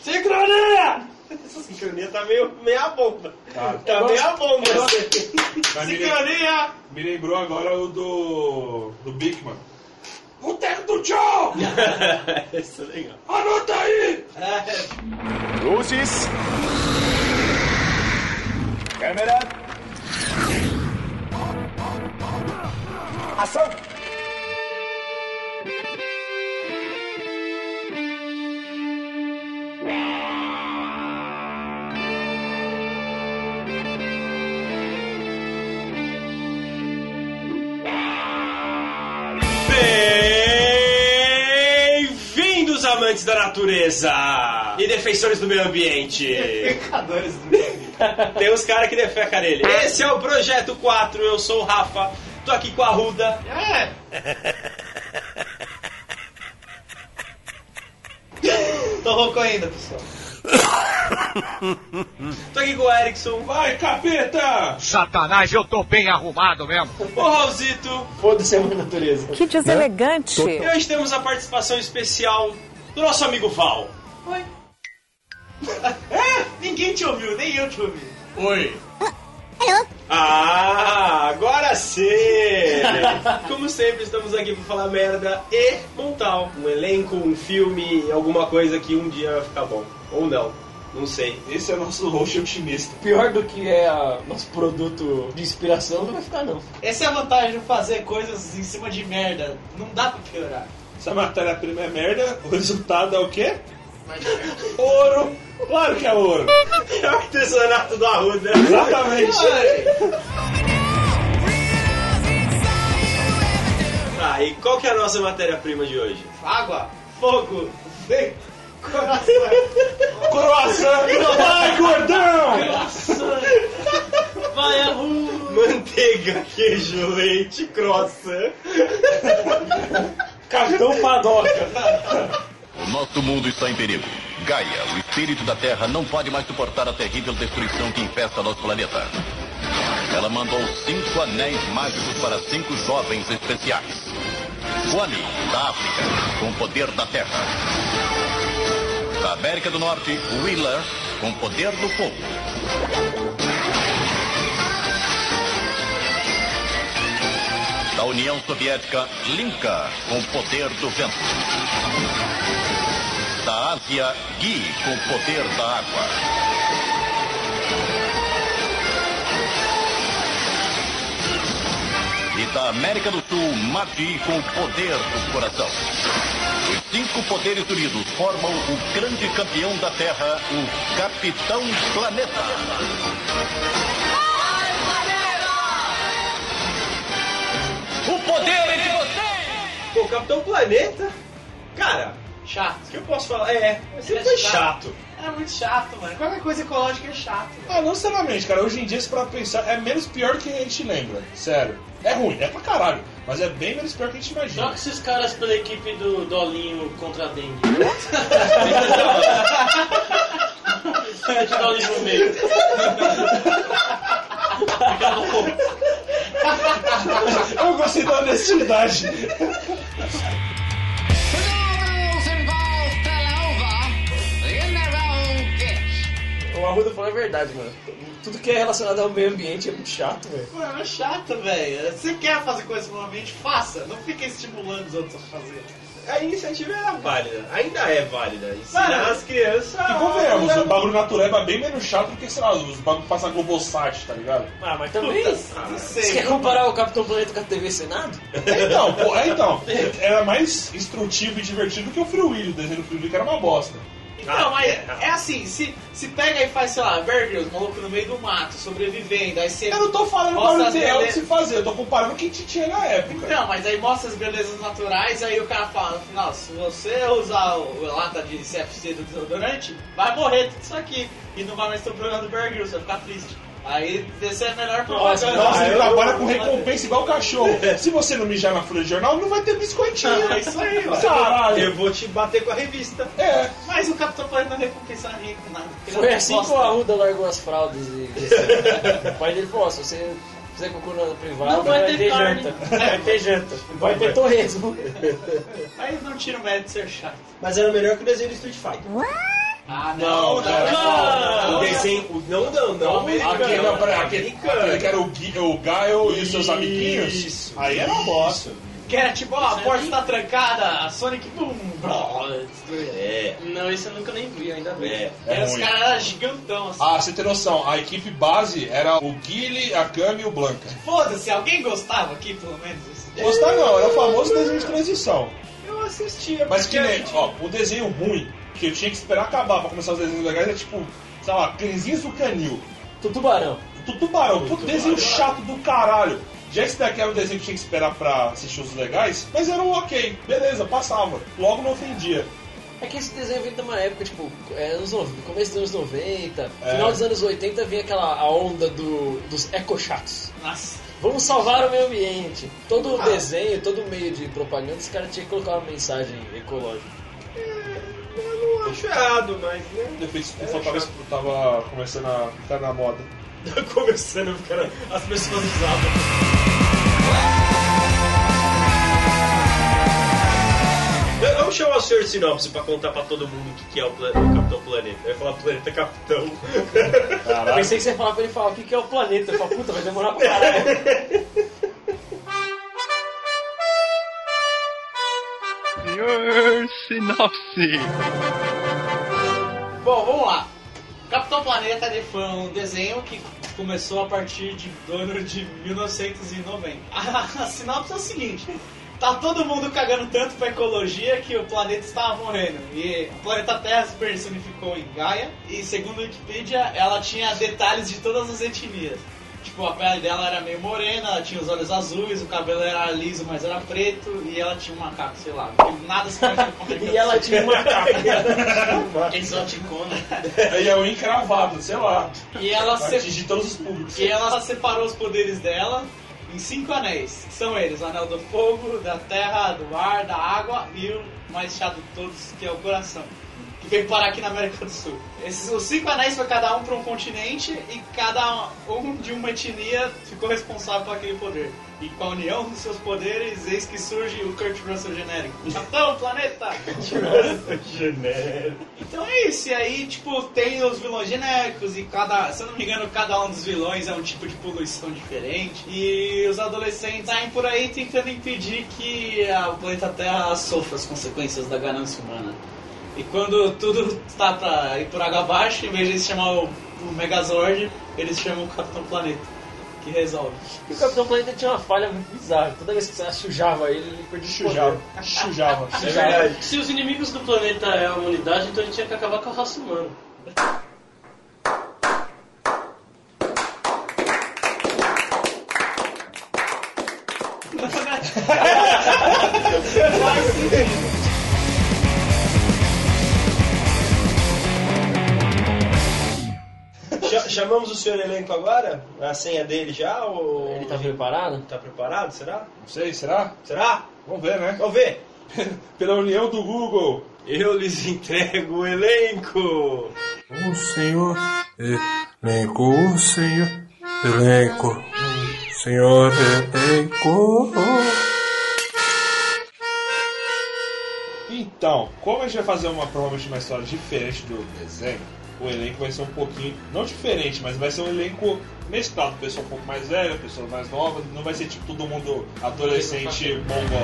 Sincronia! Sincronia tá meio meia bomba. Tá. Tá meia bomba. assim. Mas me, lem- Sincronia! me lembrou agora o do. do Big Man. O teto do tchau! Isso é legal. Anota aí! Luzes. Câmera. Ação. Bem-vindos, amantes da natureza e defensores do meio ambiente. Pecadores do mundo. Tem uns caras que defecam nele. Esse é o Projeto 4, eu sou o Rafa, tô aqui com a Ruda. É. Tô rouco ainda, pessoal. Tô aqui com o Erickson, Vai, capeta! Satanás, eu tô bem arrumado mesmo. o Raulzito. Foda-se a mãe natureza. Que deselegante. E hoje temos a participação especial do nosso amigo Val. É? Ninguém te ouviu, nem eu te ouvi. Oi. Ah, agora sim! Como sempre, estamos aqui para falar merda e montar um elenco, um filme, alguma coisa que um dia vai ficar bom. Ou não, não sei. Esse é nosso host otimista. Pior do que é a- nosso produto de inspiração, não vai ficar não. Essa é a vantagem de fazer coisas em cima de merda. Não dá pra piorar. Essa matéria-prima é merda, o resultado é o quê? Ouro! Claro que é ouro! É o artesanato do né? Arruda. Exatamente! Tá, e qual que é a nossa matéria-prima de hoje? Água, fogo, vento, coração, Croissant! Vai, gordão! vai a rua. Manteiga, queijo, leite, croissant. Capitão Padoca! O nosso mundo está em perigo. Gaia, o espírito da Terra, não pode mais suportar a terrível destruição que infesta nosso planeta. Ela mandou cinco anéis mágicos para cinco jovens especiais. Kwani, da África, com o poder da Terra. Da América do Norte, Wheeler, com o poder do fogo. Da União Soviética, Linka, com o poder do vento. Da Ásia, Gui, com o poder da água. E da América do Sul, Mati, com o poder do coração. Os cinco poderes unidos formam o grande campeão da Terra, o Capitão Planeta. O poder é de vocês! Pô, Capitão Planeta? Cara, Chato. o que eu posso falar? É, você foi chato. É muito chato, mano. Qualquer coisa ecológica é chato. mano. Ah, não sinceramente, cara, hoje em dia, se pra pensar, é menos pior do que a gente lembra. Sério. É ruim, é pra caralho, mas é bem menos pior que a gente imagina. esses caras pela equipe do Dolinho contra a Dengue. Mete o Dolinho no meio. Eu gostei da honestidade. O Arruda falou a verdade, mano. Tudo que é relacionado ao meio ambiente é muito chato, velho. Mano, é chato, velho. Você quer fazer coisa normalmente? Faça. Não fica estimulando os outros a fazer. A iniciativa era válida, ainda é válida. Ensinar as crianças. E é, convenhamos, o bagulho natureba é bem menos chato do que, sei lá, os bagulho passa Globosat, tá ligado? Ah, mas também. é. Não Você sei. quer comparar o Capitão Planeta com a TV Senado? Então, pô, é, então, era mais instrutivo e divertido que o Free Willy, o desenho do Free Willy, que era uma bosta. Não, Ah, mas é assim, se, se pega e faz, sei lá, Bear Grylls, maluco no meio do mato, sobrevivendo, aí você... Eu não tô falando Nossa, para o ideal beleza. de se fazer, eu tô comparando o que a gente tinha na época. Não, Então, mas aí mostra as belezas naturais, aí o cara fala, no final, se você usar o, a lata de CFC do desodorante, vai morrer tudo isso aqui. E não vai mais ter o programa do Bear Grylls, vai ficar triste. Aí essa é a melhor propaganda. Nossa, ele eu- trabalha com recompensa igual cachorro. Se você não mijar na folha de jornal, não vai ter biscoitinho. É isso aí, ó. Caralho. Eu vou te bater com a revista. É, Mas o Capitão Planeta não é recompensa ninguém com nada. porque ele Foi não assim que gosta. o Arruda largou as fraldas e disse- O pai dele falou: ó, se você fizer cocô na privada, Não vai ter carne. janta. Vai ter janta. Vai ter torresmo. Aí não tira o mérito de ser chato. Mas era melhor que o desenho do Street Fighter. What? Ah, Não, cara. O desenho, o não, não, não. é Aquele, não, peraí, aquele, aquele que americano. era o, Gui, o Gael e os seus amiguinhos. Isso. Aí era uma bosta. Que era tipo, ó, a porta tá trancada, a Sonic bum, bró, destruía. É, Não, esse eu nunca nem vi, ainda bem. é. É Era os ruim. caras eram gigantão assim. Ah, você tem noção, a equipe base era o Guile, a Cami e o Blanca. Foda-se, alguém gostava aqui, pelo menos. desse desenho? Gostar não, era o famoso desenho de transição. Eu assistia, Mas que nem, porque- ó, o desenho ruim, que eu tinha que esperar acabar pra começar os desenhos legais, é tipo, sei lá, Cãezinhos do Canil. Tu tubarão. Tu- Tubarão, puto desenho chato do caralho. Já esse daqui era o desenho que tinha que esperar pra assistir os legais, mas era um ok, beleza, passava. Logo não ofendia. É que esse desenho veio de uma época, tipo, é, anos 90, começo dos anos 90, É. final dos anos 80 vinha aquela a onda do, dos ecochatos. Nossa, Vamos salvar o meio ambiente. Todo Ah. desenho, todo meio de propaganda, esse cara tinha que colocar uma mensagem ecológica. Eu não acho errado, mas, né? Um Defeito É, estufa Era talvez tava começando a ficar na moda. Tá começando a ficar. As pessoas usavam. Eu- Vamos chamar o senhor Sinopse pra contar pra todo mundo o que, que é o, pla- o Capitão Planeta. Eu ia falar Planeta Capitão. Eu Caralho. pensei que você ia falar pra ele falar o que que é o planeta. Eu falei, puta, vai demorar pra caralho. Bom, vamos lá. Capitão Planeta ele foi um desenho que começou a partir de do ano de 1990. A sinopse é o seguinte: tá todo mundo cagando tanto pra ecologia que o planeta estava morrendo. E o planeta Terra se personificou em Gaia. E segundo a Wikipedia, ela tinha detalhes de todas as etnias. Tipo, a pele dela era meio morena, ela tinha os olhos azuis, o cabelo era liso, mas era preto, e ela tinha um macaco, sei lá, nada se parece com o macaco. E ela tinha uma capa. Exoticona. Aí é o encravado, sei lá. E ela se Atingir todos os públicos. E ela separou os poderes dela em cinco anéis. que São eles, o anel do fogo, da terra, do ar, da água e o mais chato de todos, que é o coração. Que veio parar aqui na América do Sul. Esses, os cinco anéis foi cada um para um continente e cada um de uma etnia ficou responsável por aquele poder. E com a união dos seus poderes, eis que surge o Kurt Russell genérico. Capitão, planeta! Então é isso, e aí, tipo, tem os vilões genéricos e cada, se eu não me engano, cada um dos vilões é um tipo de poluição diferente. E os adolescentes saem por aí tentando impedir que a- o planeta Terra sofra as consequências da ganância humana. E quando tudo está pra ir por água abaixo, em vez de eles chamar o, o Megazord, eles chamam o Capitão Planeta, que resolve. E o Capitão Planeta tinha uma falha muito bizarra. Toda vez que você sujava ele, ele perdia o Chujava. poder. Chujava. É verdade. Se os inimigos do planeta é a humanidade, então a gente tinha que acabar com a raça humana. Cha- chamamos o senhor elenco agora? A senha dele já? Ou... Ele tá preparado? Tá preparado? Será? Não sei, será? Será? Vamos ver, né? Vamos ver. Pela união do Google. Eu lhes entrego o elenco. O senhor elenco, o senhor elenco, senhor elenco. Então, como a gente vai fazer uma provavelmente uma história diferente do desenho, o elenco vai ser um pouquinho, não diferente, mas vai ser um elenco mesclado, pessoa um pouco mais velha, pessoa mais nova, não vai ser tipo todo mundo adolescente mongol.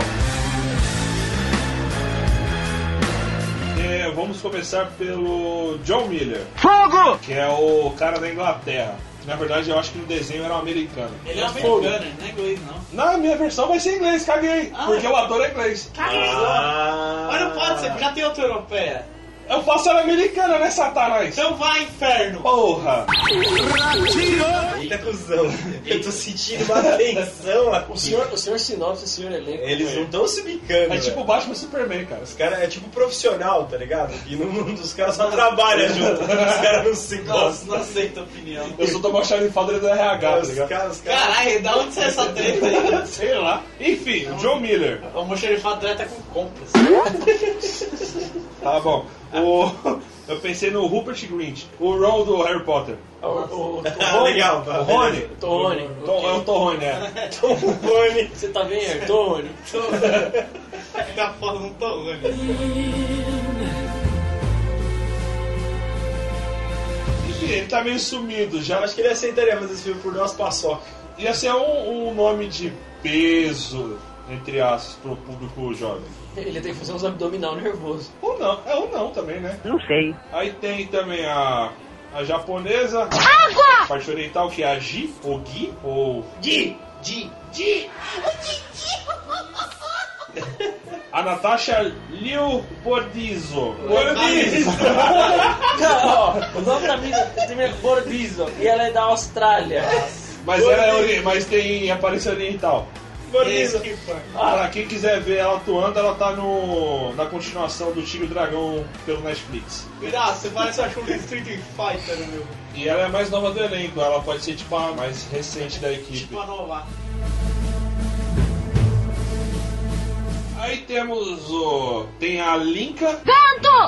É, vamos começar pelo John Miller, Fogo! que é o cara da Inglaterra. Na verdade, eu acho que no desenho era um americano. Ele é americano, ele não é inglês, não. Na minha versão vai ser em inglês, caguei, Ah. porque eu adoro inglês. Ah. Mas não pode ser, já tem outra europeia. Eu faço era americana, né, Satanás? Então vai, inferno! Porra! Eita, cuzão. Eu tô sentindo uma tensão O aqui. senhor, o senhor Sinopse e o senhor Elenco. Eles não estão se bicando. É tipo o velho. Batman e Superman, cara. Os caras é tipo profissional, tá ligado? E no mundo os caras só trabalham junto. Os caras não se Nossa, tá gostam. não aceito a opinião. Eu sou tomar xarifado ele é do RH, tá Os ligado? caras, os caras. Caralho, da onde saiu essa treta aí? Sei lá. Enfim, o John Miller. O é almoxerifado treta com compras. Tá bom. O... Eu pensei no Rupert Grint, o Ron do Harry Potter. É O, o, Ah, legal, O tá. Rony. Tony. Tom- É o Torrone, né? Tom Rony. Você tá bem, Tony? Tá falando tão longe. ele tá meio sumido já. Eu acho que ele aceitaria fazer esse filme por nós, paçoca. Ia ser um, um nome de peso, entre aspas, pro público jovem. Ele tem que fazer uns abdominal nervoso. Ou não, é ou não também, né? Não sei. Aí tem também a, a japonesa. A parte oriental, que é a Ji, ou Gi, ou. Di, Di, Di. A Natasha Liu Bordizo. Bordizo. Não, ó, o nome da mina da mina é Bordizo e ela é da Austrália. Mas, ela é ori- mas tem aparência oriental. Bonito. Ah, pra quem quiser ver ela atuando, ela tá no, na continuação do Tigre e o Dragão pelo Netflix. Virá, você parece a Chun-Li Street Fighter, meu. E ela é a mais nova do elenco, ela pode ser tipo a mais recente da equipe. Tipo a Nova. Aí temos o. Tem a Linka,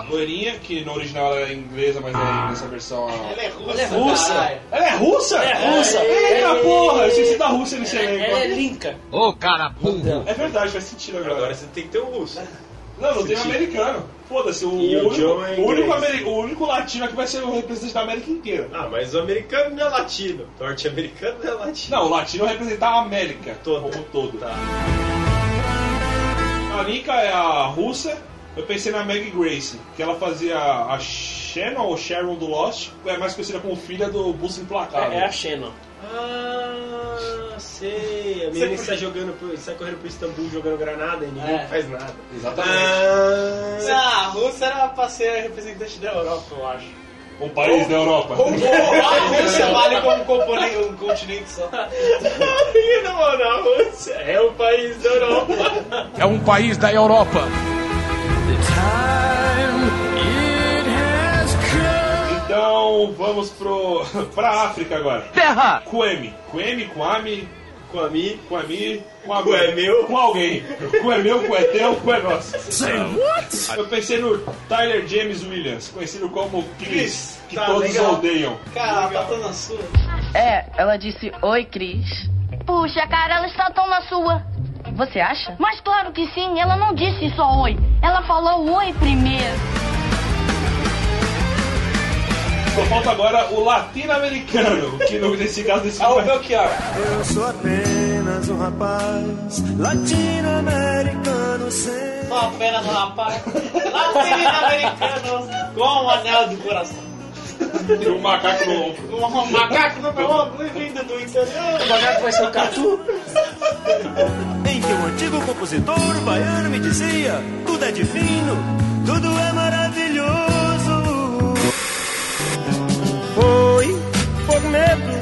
loirinha, que no original ela é inglesa, mas Ah. aí nessa versão. Ela Ela é russa, Ela é russa? caralho. Ela é russa? É russa. Eita É. porra, eu esqueci da Rússia nesse Ela é elenco. linca. Ô, cara burro. É verdade, faz sentido Agora agora. você tem que ter um russo. Não, não tem um americano. Foda-se, o, E o único, John é o, único inglês. ameri- o único latino que vai ser o representante da América inteira. Ah, mas o americano não é latino. O norte-americano não é latino. Não, o latino representa a América Toda. como um todo. Tá. A Nika é a russa. Eu pensei na Meg Grace, que ela fazia a Shannon ou Sharon do Lost, é mais conhecida como filha do Busto Implacável. É, é a Xenon. Ah, sei. A menina que sai jogando pro, sai correndo pro Istambul jogando granada e ninguém É. faz nada. Exatamente. Ah, Ah, a Rússia era pra ser a representante da Europa, eu acho. Um país da Europa. Ou Ah, a Rússia vale como componente, um continente só. não, mano, a Rússia é o país da Europa. É um país da Europa. Então vamos pro pra África agora. Terra! Kwame. Kwame, Kwame, Com a Mi, Kwame, Kwame. Cu é meu? Com alguém. Cu é meu, cu é teu, cu é nosso. Eu pensei no Tyler James Williams, conhecido como Chris, que Tá todos legal. odeiam. Cara, ela tá tão na sua. É, ela disse oi, Cris. Puxa, cara, ela está tão na sua. Você acha? Mas claro que sim, ela não disse só oi. Ela falou oi primeiro. Só falta agora o latino-americano, que no, nesse caso desse Ah, o Belchior. Eu sou apenas um rapaz latino-americano sem. Só a pena do rapaz. Latino-americano com um anel do coração. e o macaco no ombro. Um macaco no meu ombro e vindo do interior. O macaco vai ser o Catu. Em que o antigo compositor baiano me dizia: tudo é divino, tudo é maravilhoso. Foi fogueto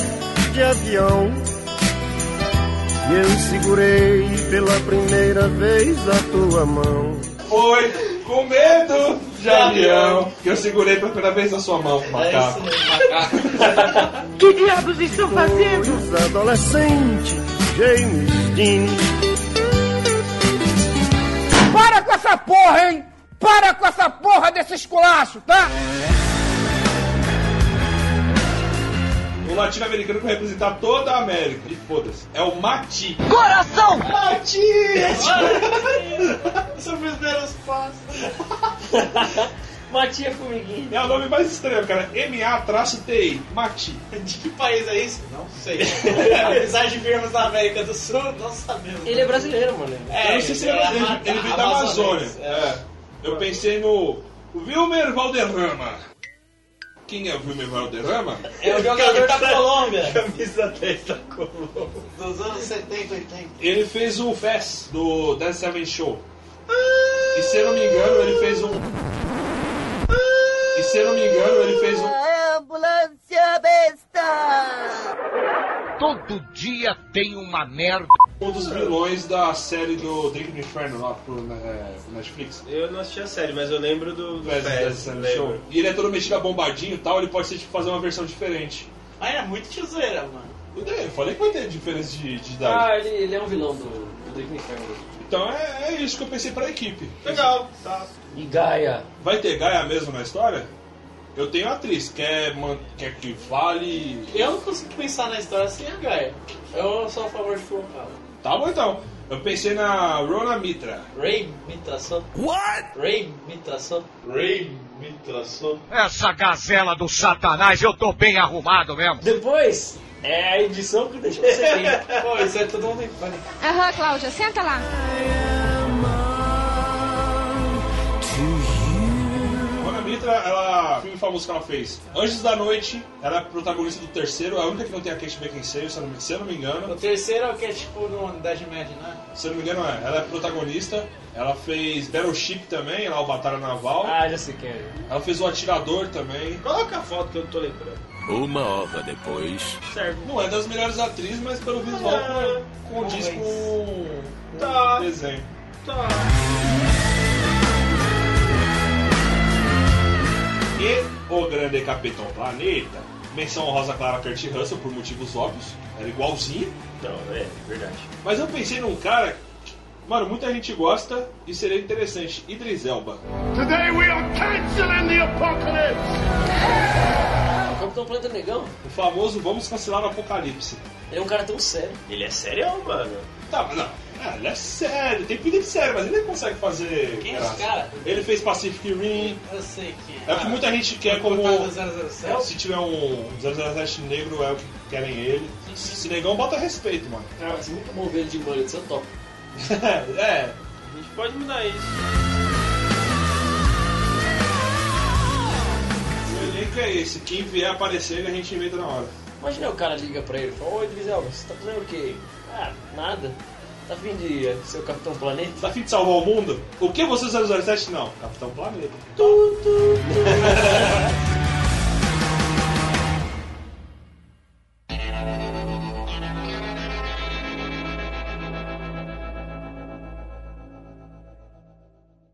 de avião. E eu segurei pela primeira vez a tua mão. Foi com medo de avião, que eu segurei pela primeira vez na sua mão, É isso macaco. mesmo. Que diabos estão fazendo? Pois adolescente, James Dean. Para com essa porra, hein? Para com essa porra desse esculacho, tá? O latino-americano que vai representar toda a América. E foda-se. É o Mati. Coração! São meus primeiros passos. Matia formiguinha. É o nome mais estranho, cara. M-A-T-I. Mati. De que país é isso? Não sei. Apesar de virmos da América do Sul, não sabemos. Ele é brasileiro, mano. É, eu não sei se ele é brasileiro, ele veio da Amazônia. É. Eu pensei no Wilmer Valderrama. Quem é o Wilmer Valderrama? É o jogador da Colômbia. camisa 10 da Colômbia. Dos anos 70, 80. Ele fez o Fest do Dead Seven Show. E se eu não me engano, ele fez um. E se eu não me engano, ele fez um. Ambulância besta! Todo dia tem uma merda. um dos vilões da série do Drink do Inferno lá pro né, pro Netflix. Eu não assisti a série, mas eu lembro do, do Fez o Dead Fest, Seven lembro. Show. E ele é todo mexido a bombadinho e tal, ele pode ser tipo fazer uma versão diferente. Mas é muito chuzeira, mano. Eu dei- eu falei que vai ter diferença de, de idade. Ah, ele, ele é um vilão do, do Drake Inferno. Então é, é isso que eu pensei pra equipe. Legal, tá. E Gaia. Vai ter Gaia mesmo na história? Eu tenho atriz, quer, man- quer que fale. Eu não consigo pensar na história sem a Gaia. Eu sou a favor de colocá-la. Tá bom então. Eu pensei na Rona Mitra. Ray me traçou. What? Ray me traçou. Ray Me traçou. Essa gazela do satanás, eu tô bem arrumado mesmo. Depois, é a edição que deixa você rir. Pô, isso é todo mundo que fala. Aham, Cláudia, senta lá. Ana Mitra, ela. O filme famoso que ela fez. Antes da noite, ela é protagonista do terceiro, é a única que não tem a Kate Beckinsale, se eu não me- se eu não me engano. O terceiro é o que é tipo no Dead Mad, né? Se eu não me engano, é. ela é protagonista. Ela fez Battleship também, lá o Batalha Naval. Ah, já sei quem é. Ela fez o Atirador também. Coloca a foto que eu não tô lembrando. Uma hora depois. Serve. Não é das melhores atrizes, mas pelo visual Ah, con- condiz com o Tá. desenho. Tá. E o grande Capitão Planeta, menção honrosa Clara Kurt Russell por motivos óbvios, era igualzinho. Não, é, verdade. Mas eu pensei num cara que, mano, muita gente gosta e seria interessante, Idris Elba. Today we are canceling the O Capitão Planeta Negão O famoso Vamos Cancelar o Apocalipse. ele é um cara tão sério. Ele é sério, mano? Tá, mas não. Ah, ele é sério, tem pedido de sério, mas ele consegue fazer. Quem é graça. esse cara? Ele fez Pacific Rim. Eu sei que É o que muita gente quer como. do 007. É, se tiver um 007 negro, é o que querem ele. Se negão, bota respeito, mano. Se nunca mover ele de mullet, eu topo. é. A gente pode mudar isso. O elenco é esse. Quem vier aparecer, ele a gente inventa na hora. Imagina o cara liga pra ele e fala, Ô Idris Elba, você tá fazendo o quê? Ah, nada. Tá afim de eh, ser o Capitão Planeta? Tá afim de salvar o mundo? O que você 007? Não. Capitão Planeta.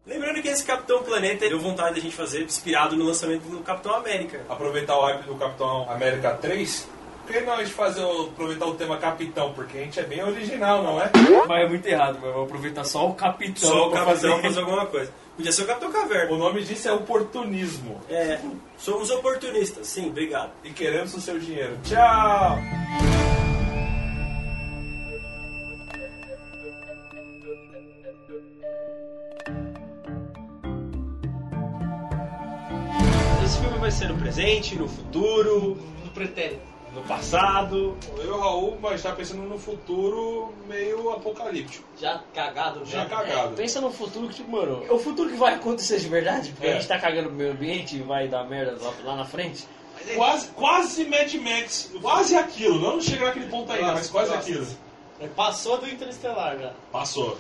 Lembrando que esse Capitão Planeta deu vontade da gente fazer inspirado no lançamento do Capitão América. Aproveitar o hype do Capitão América 3. Por que não a gente fazer o, aproveitar o tema Capitão? Porque a gente é bem original, não é? Mas é muito errado, mas eu vou aproveitar só o Capitão. Só o pra Capitão pra fazer fazer alguma coisa. Podia ser o Capitão Caverna. O nome disso é oportunismo. É, somos oportunistas, sim, obrigado. E queremos o seu dinheiro. Tchau! Esse filme vai ser no presente, no futuro, No pretérito. no passado. Eu e o Raul, mas tá pensando no futuro meio apocalíptico. Já cagado, né? Já cagado. Pensa no futuro que, tipo, mano, é o futuro que vai acontecer de verdade, porque É. a gente tá cagando pro meio ambiente e vai dar merda lá, lá na frente. Quase, quase Mad Max, quase aquilo. Não chegar naquele ponto ainda, mas quase Nossa. aquilo. É, Passou do Interestelar já. Passou.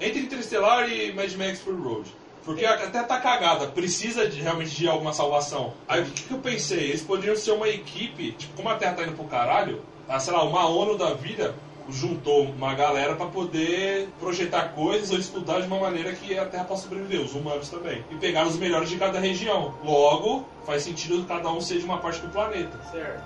Entre Interestelar e Mad Max Fury Road. Porque até tá cagada, precisa de, realmente de alguma salvação. Aí o que, que eu pensei? Eles poderiam ser uma equipe, tipo, como a Terra tá indo pro caralho, a, sei lá, uma ONU da vida juntou uma galera pra poder projetar coisas ou estudar de uma maneira que a Terra possa sobreviver, os humanos também. E pegar os melhores de cada região. Logo, faz sentido que cada um seja uma parte do planeta. Certo.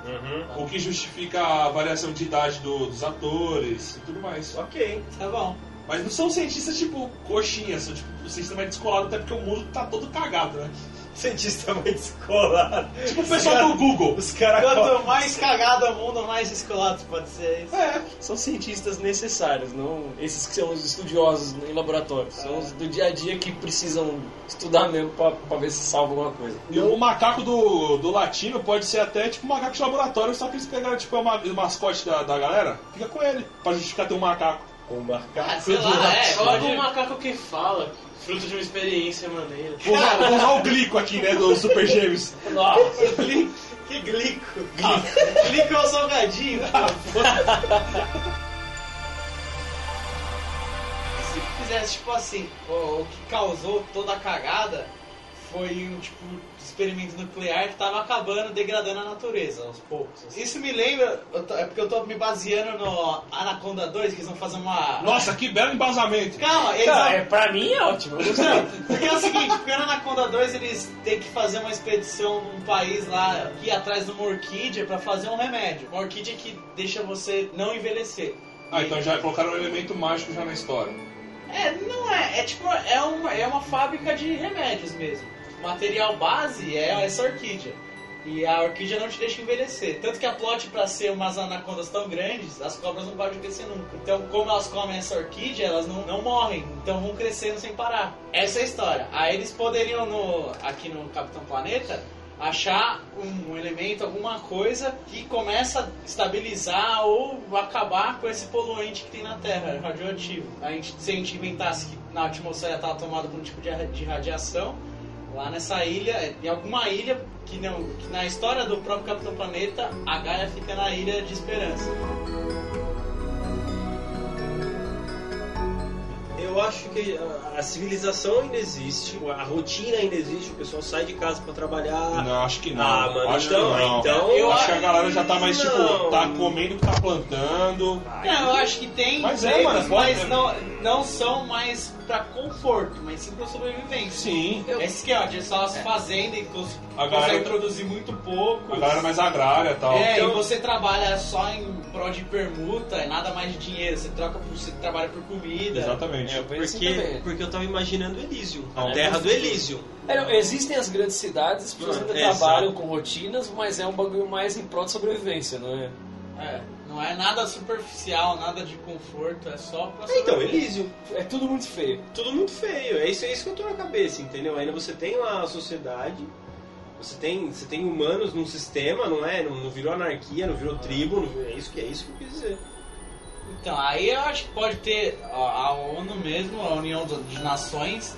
O que justifica a variação de idade do- dos atores e tudo mais. Ok. Tá bom. Mas não são cientistas tipo coxinha, são tipo cientista mais descolado, até porque o mundo tá todo cagado, né? Cientista mais descolado. Tipo o pessoal do Google. Os caras. Quanto mais cagado é o mundo, mais descolado pode ser isso. São cientistas necessários, não esses que são os estudiosos em laboratório. São os do dia a dia que precisam estudar mesmo pra, pra ver se salva alguma coisa. E o macaco do, do latino pode ser até tipo um macaco de laboratório, só que eles pegaram tipo uma, o mascote da, da galera, fica com ele, pra justificar ter um macaco. Um macaco. Ah, sei do lá, é. latino. Coloca um macaco que fala, fruto de uma experiência maneira. Vou usar- vou usar o glico aqui, né, do Super Gêmeos. Nossa, glico. Que glico. glico é o salgadinho. Se fizesse tipo assim, o, o que causou toda a cagada foi um tipo de experimento nuclear que tava acabando, degradando a natureza aos poucos. assim. Isso me lembra, eu tô- é porque eu tô me baseando no Anaconda 2, que eles vão fazer uma. Nossa, que belo embasamento. Calma, eles Não, é, pra mim é ótimo. eu gostei. porque é o seguinte, porque na Anaconda 2 eles têm que fazer uma expedição num país lá, ir atrás de uma orquídea pra fazer um remédio. Uma orquídea que deixa você não envelhecer. Ah, então já colocaram um elemento mágico já na história. É, não é, é tipo, é uma, é uma fábrica de remédios mesmo. O material base é essa orquídea. E a orquídea não te deixa envelhecer. Tanto que a plot pra ser umas anacondas tão grandes, as cobras não podem crescer nunca. Então, como elas comem essa orquídea, elas não, não morrem. Então vão crescendo sem parar. Essa é a história. Aí eles poderiam, no, aqui no Capitão Planeta, achar um elemento, alguma coisa que começa a estabilizar ou acabar com esse poluente que tem na Terra, radioativo. A gente, se a gente inventasse que na atmosfera estava tomada por um tipo de, ra- de radiação, lá nessa ilha, é, em alguma ilha que, não, que na história do próprio Capitão Planeta, a Gaia fica na Ilha de Esperança. Eu acho que a- a civilização ainda existe, a rotina ainda existe, o pessoal sai de casa pra trabalhar. Não, acho que não. Ah, mano, acho então, que não. então. eu acho que a galera já tá mais tipo, Não. tá comendo o que tá plantando. Não, eu acho que tem Mas é, regras, mano, pode- mas não, não são mais pra conforto, mas sim pra sobrevivência. Sim. Esse que é, onde só as fazendas e cons- A consegue galera- produzir muito pouco. A galera mais agrária e tal. É, Então- e você trabalha só em prol de permuta, é nada mais de dinheiro, você troca por, você trabalha por comida. É, porque, porque eu tava imaginando Elísio, a É, terra mas- do Elísio. É, não, existem as grandes cidades, as pessoas ainda É, trabalham com rotinas, mas é um bagulho mais em prol de sobrevivência, não é? É, não é nada superficial, nada de conforto, é só pra Então, sobreviver. Elísio. É tudo muito feio. Tudo muito feio. É isso, é isso que eu tô na cabeça, entendeu? Ainda você tem uma sociedade, você tem, você tem humanos num sistema, não é? Não, não virou anarquia, não virou tribo, não virou- é isso que é isso que eu quis dizer. Então, aí eu acho que pode ter a- a ONU mesmo, a União do- de Nações,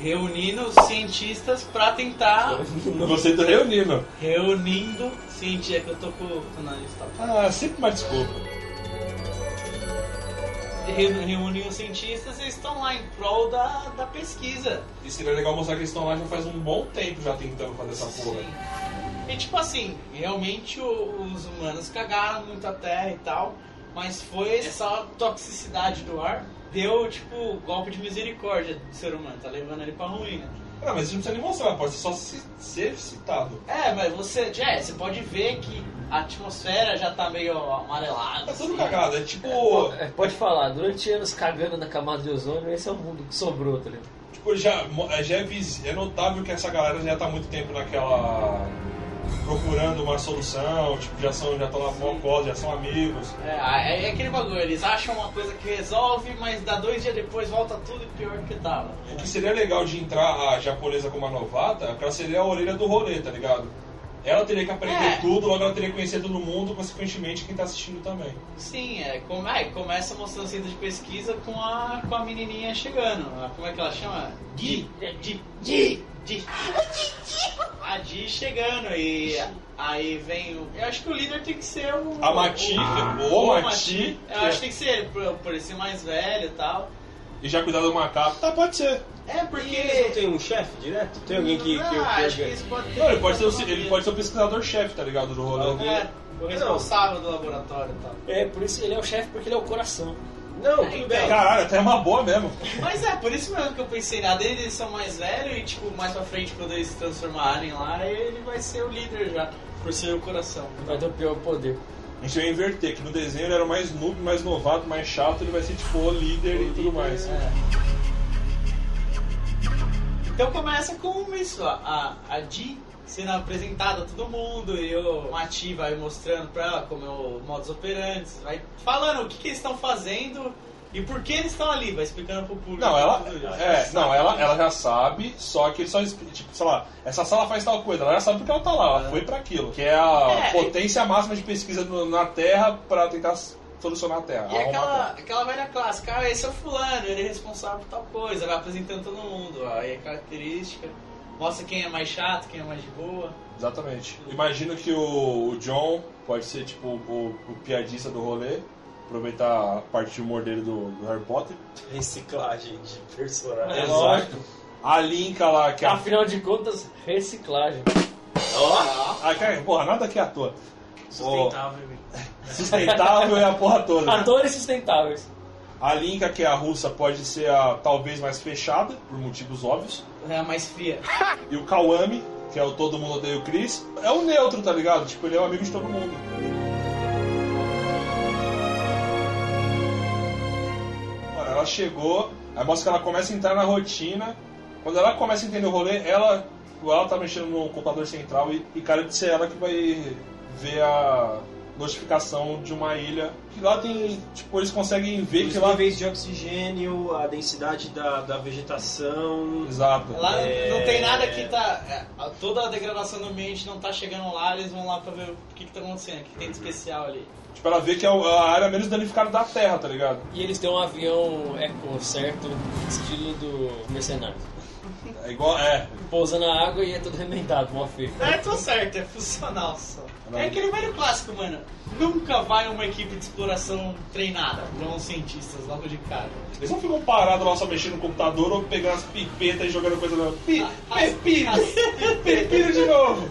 reunindo cientistas pra tentar. Você tá reunindo. Reunindo cientistas. que eu tô com com o nariz tá. tapado. Ah, sempre mais desculpa. Re- Reunindo cientistas, eles estão lá em prol da, da pesquisa. E seria legal mostrar que eles estão lá já faz um bom tempo já tentando fazer essa porra. E tipo assim, realmente o- os humanos cagaram muito a terra e tal, mas foi essa toxicidade do ar deu tipo golpe de misericórdia do ser humano, tá levando ele pra ruína. Ah, mas isso não precisa nem mostrar, pode só se- ser citado. É, mas você, é, você pode ver que a atmosfera já tá meio amarelada. Tá tudo cagado, é tipo. É, pode falar, durante anos cagando na camada de ozônio, esse é o mundo que sobrou, tá ligado? Tipo, já, mo- já é, vis- é notável que essa galera já tá há muito tempo naquela. procurando uma solução, tipo, já estão já tão na mocó, já são amigos. É, é, é aquele bagulho, eles acham uma coisa que resolve, mas dá dois dias depois volta tudo pior do que tava. O que seria legal de entrar a japonesa como uma novata, é que ela seria a orelha do rolê, tá ligado? Ela teria que aprender É. tudo, logo ela teria que conhecer todo mundo, consequentemente quem tá assistindo também. Sim, é, como é, começa mostrando o centro de pesquisa com a, com a menininha chegando. A- Como é que ela chama? Di. É, Di. Di. Di. A Di chegando e aí vem o... Eu acho que o líder tem que ser o... A Mati, Ah, o- ou ou Mati, Mati. que Eu é- acho que tem que ser por, por ele ser mais velho e tal. E já cuidar do macaco. Tá, pode ser. É Eles não porque... tem um chefe direto? Tem alguém que. que, que Ah, acho que isso pode ter... Não, ele pode ser o, ele pode ser o pesquisador-chefe, tá ligado? Do rolê. É, o responsável do laboratório e tal. É, por isso ele é o chefe, porque ele é o coração. Não, tudo É, Caralho, até é uma boa mesmo. Mas é, por isso mesmo que eu pensei na dele, eles são mais velhos e, tipo, mais pra frente, quando eles se transformarem lá, ele vai ser o líder já, por ser o coração. Vai ter o pior poder. A gente vai inverter, que no desenho ele era o mais noob, mais novato, mais chato, ele vai ser tipo o líder e tudo mais. É. Então começa com isso, ó, a, a Di sendo apresentada a todo mundo e o Mati vai mostrando pra ela como é o modus operandi, vai falando o que, que eles estão fazendo e por que eles estão ali, vai explicando pro público. Não, ela. tudo isso. É, não, ela, ela já sabe, só que ele só. explica, Tipo, sei lá, essa sala faz tal coisa, ela já sabe porque ela tá lá, ela foi pra aquilo. Que é a É. potência máxima de pesquisa no- na Terra pra tentar s- solucionar a Terra. E arrumar a aquela, Terra. aquela velha clássica, ah, esse é o fulano, ele é responsável por tal coisa, vai apresentando todo mundo, ó, aí a característica, mostra quem é mais chato, quem é mais de boa. Exatamente. Imagino que o, o John pode ser tipo o, o piadista do rolê, aproveitar a parte de humor dele do, do Harry Potter. Reciclagem de personagem. A Linka lá, que é a Tá. Afinal de contas, reciclagem. Ó! Ah, cara, porra, nada aqui à toa. Sustentável, Ó, Sustentável é a porra toda. né? Atores sustentáveis. A Linka, que é a russa, pode ser a talvez mais fechada, por motivos óbvios. É a mais fria. E o Kawami, que é o Todo Mundo Odeia o Chris, é o neutro, tá ligado? Tipo, ele é o amigo de todo mundo. Olha, ela chegou, aí mostra que ela começa a entrar na rotina. Quando ela começa a entender o rolê, ela igual ela tá mexendo no computador central e, e cara de ser ela que vai ver a notificação de uma ilha. Que lá tem. Tipo, eles conseguem ver Os que lá. níveis é de oxigênio, a densidade da, da vegetação. Exato. Lá É. não tem nada que tá. é, a- Toda a degradação do ambiente não tá chegando lá, eles vão lá pra ver o que, que tá acontecendo, o que, que tem de especial ali. Tipo, ela vê que é a área menos danificada da Terra, tá ligado? E eles têm um avião eco certo, estilo do mercenário. É igual, é. Pousa na água e é todo remendado, mó feio. É, tô certo, é funcional só. É aquele velho clássico, mano. Nunca vai uma equipe de exploração treinada, vão os cientistas logo de cara. Eles não ficam parados lá só mexendo no computador ou pegando as pipetas e jogando coisa lá. Pi, pepino! Pepino de novo!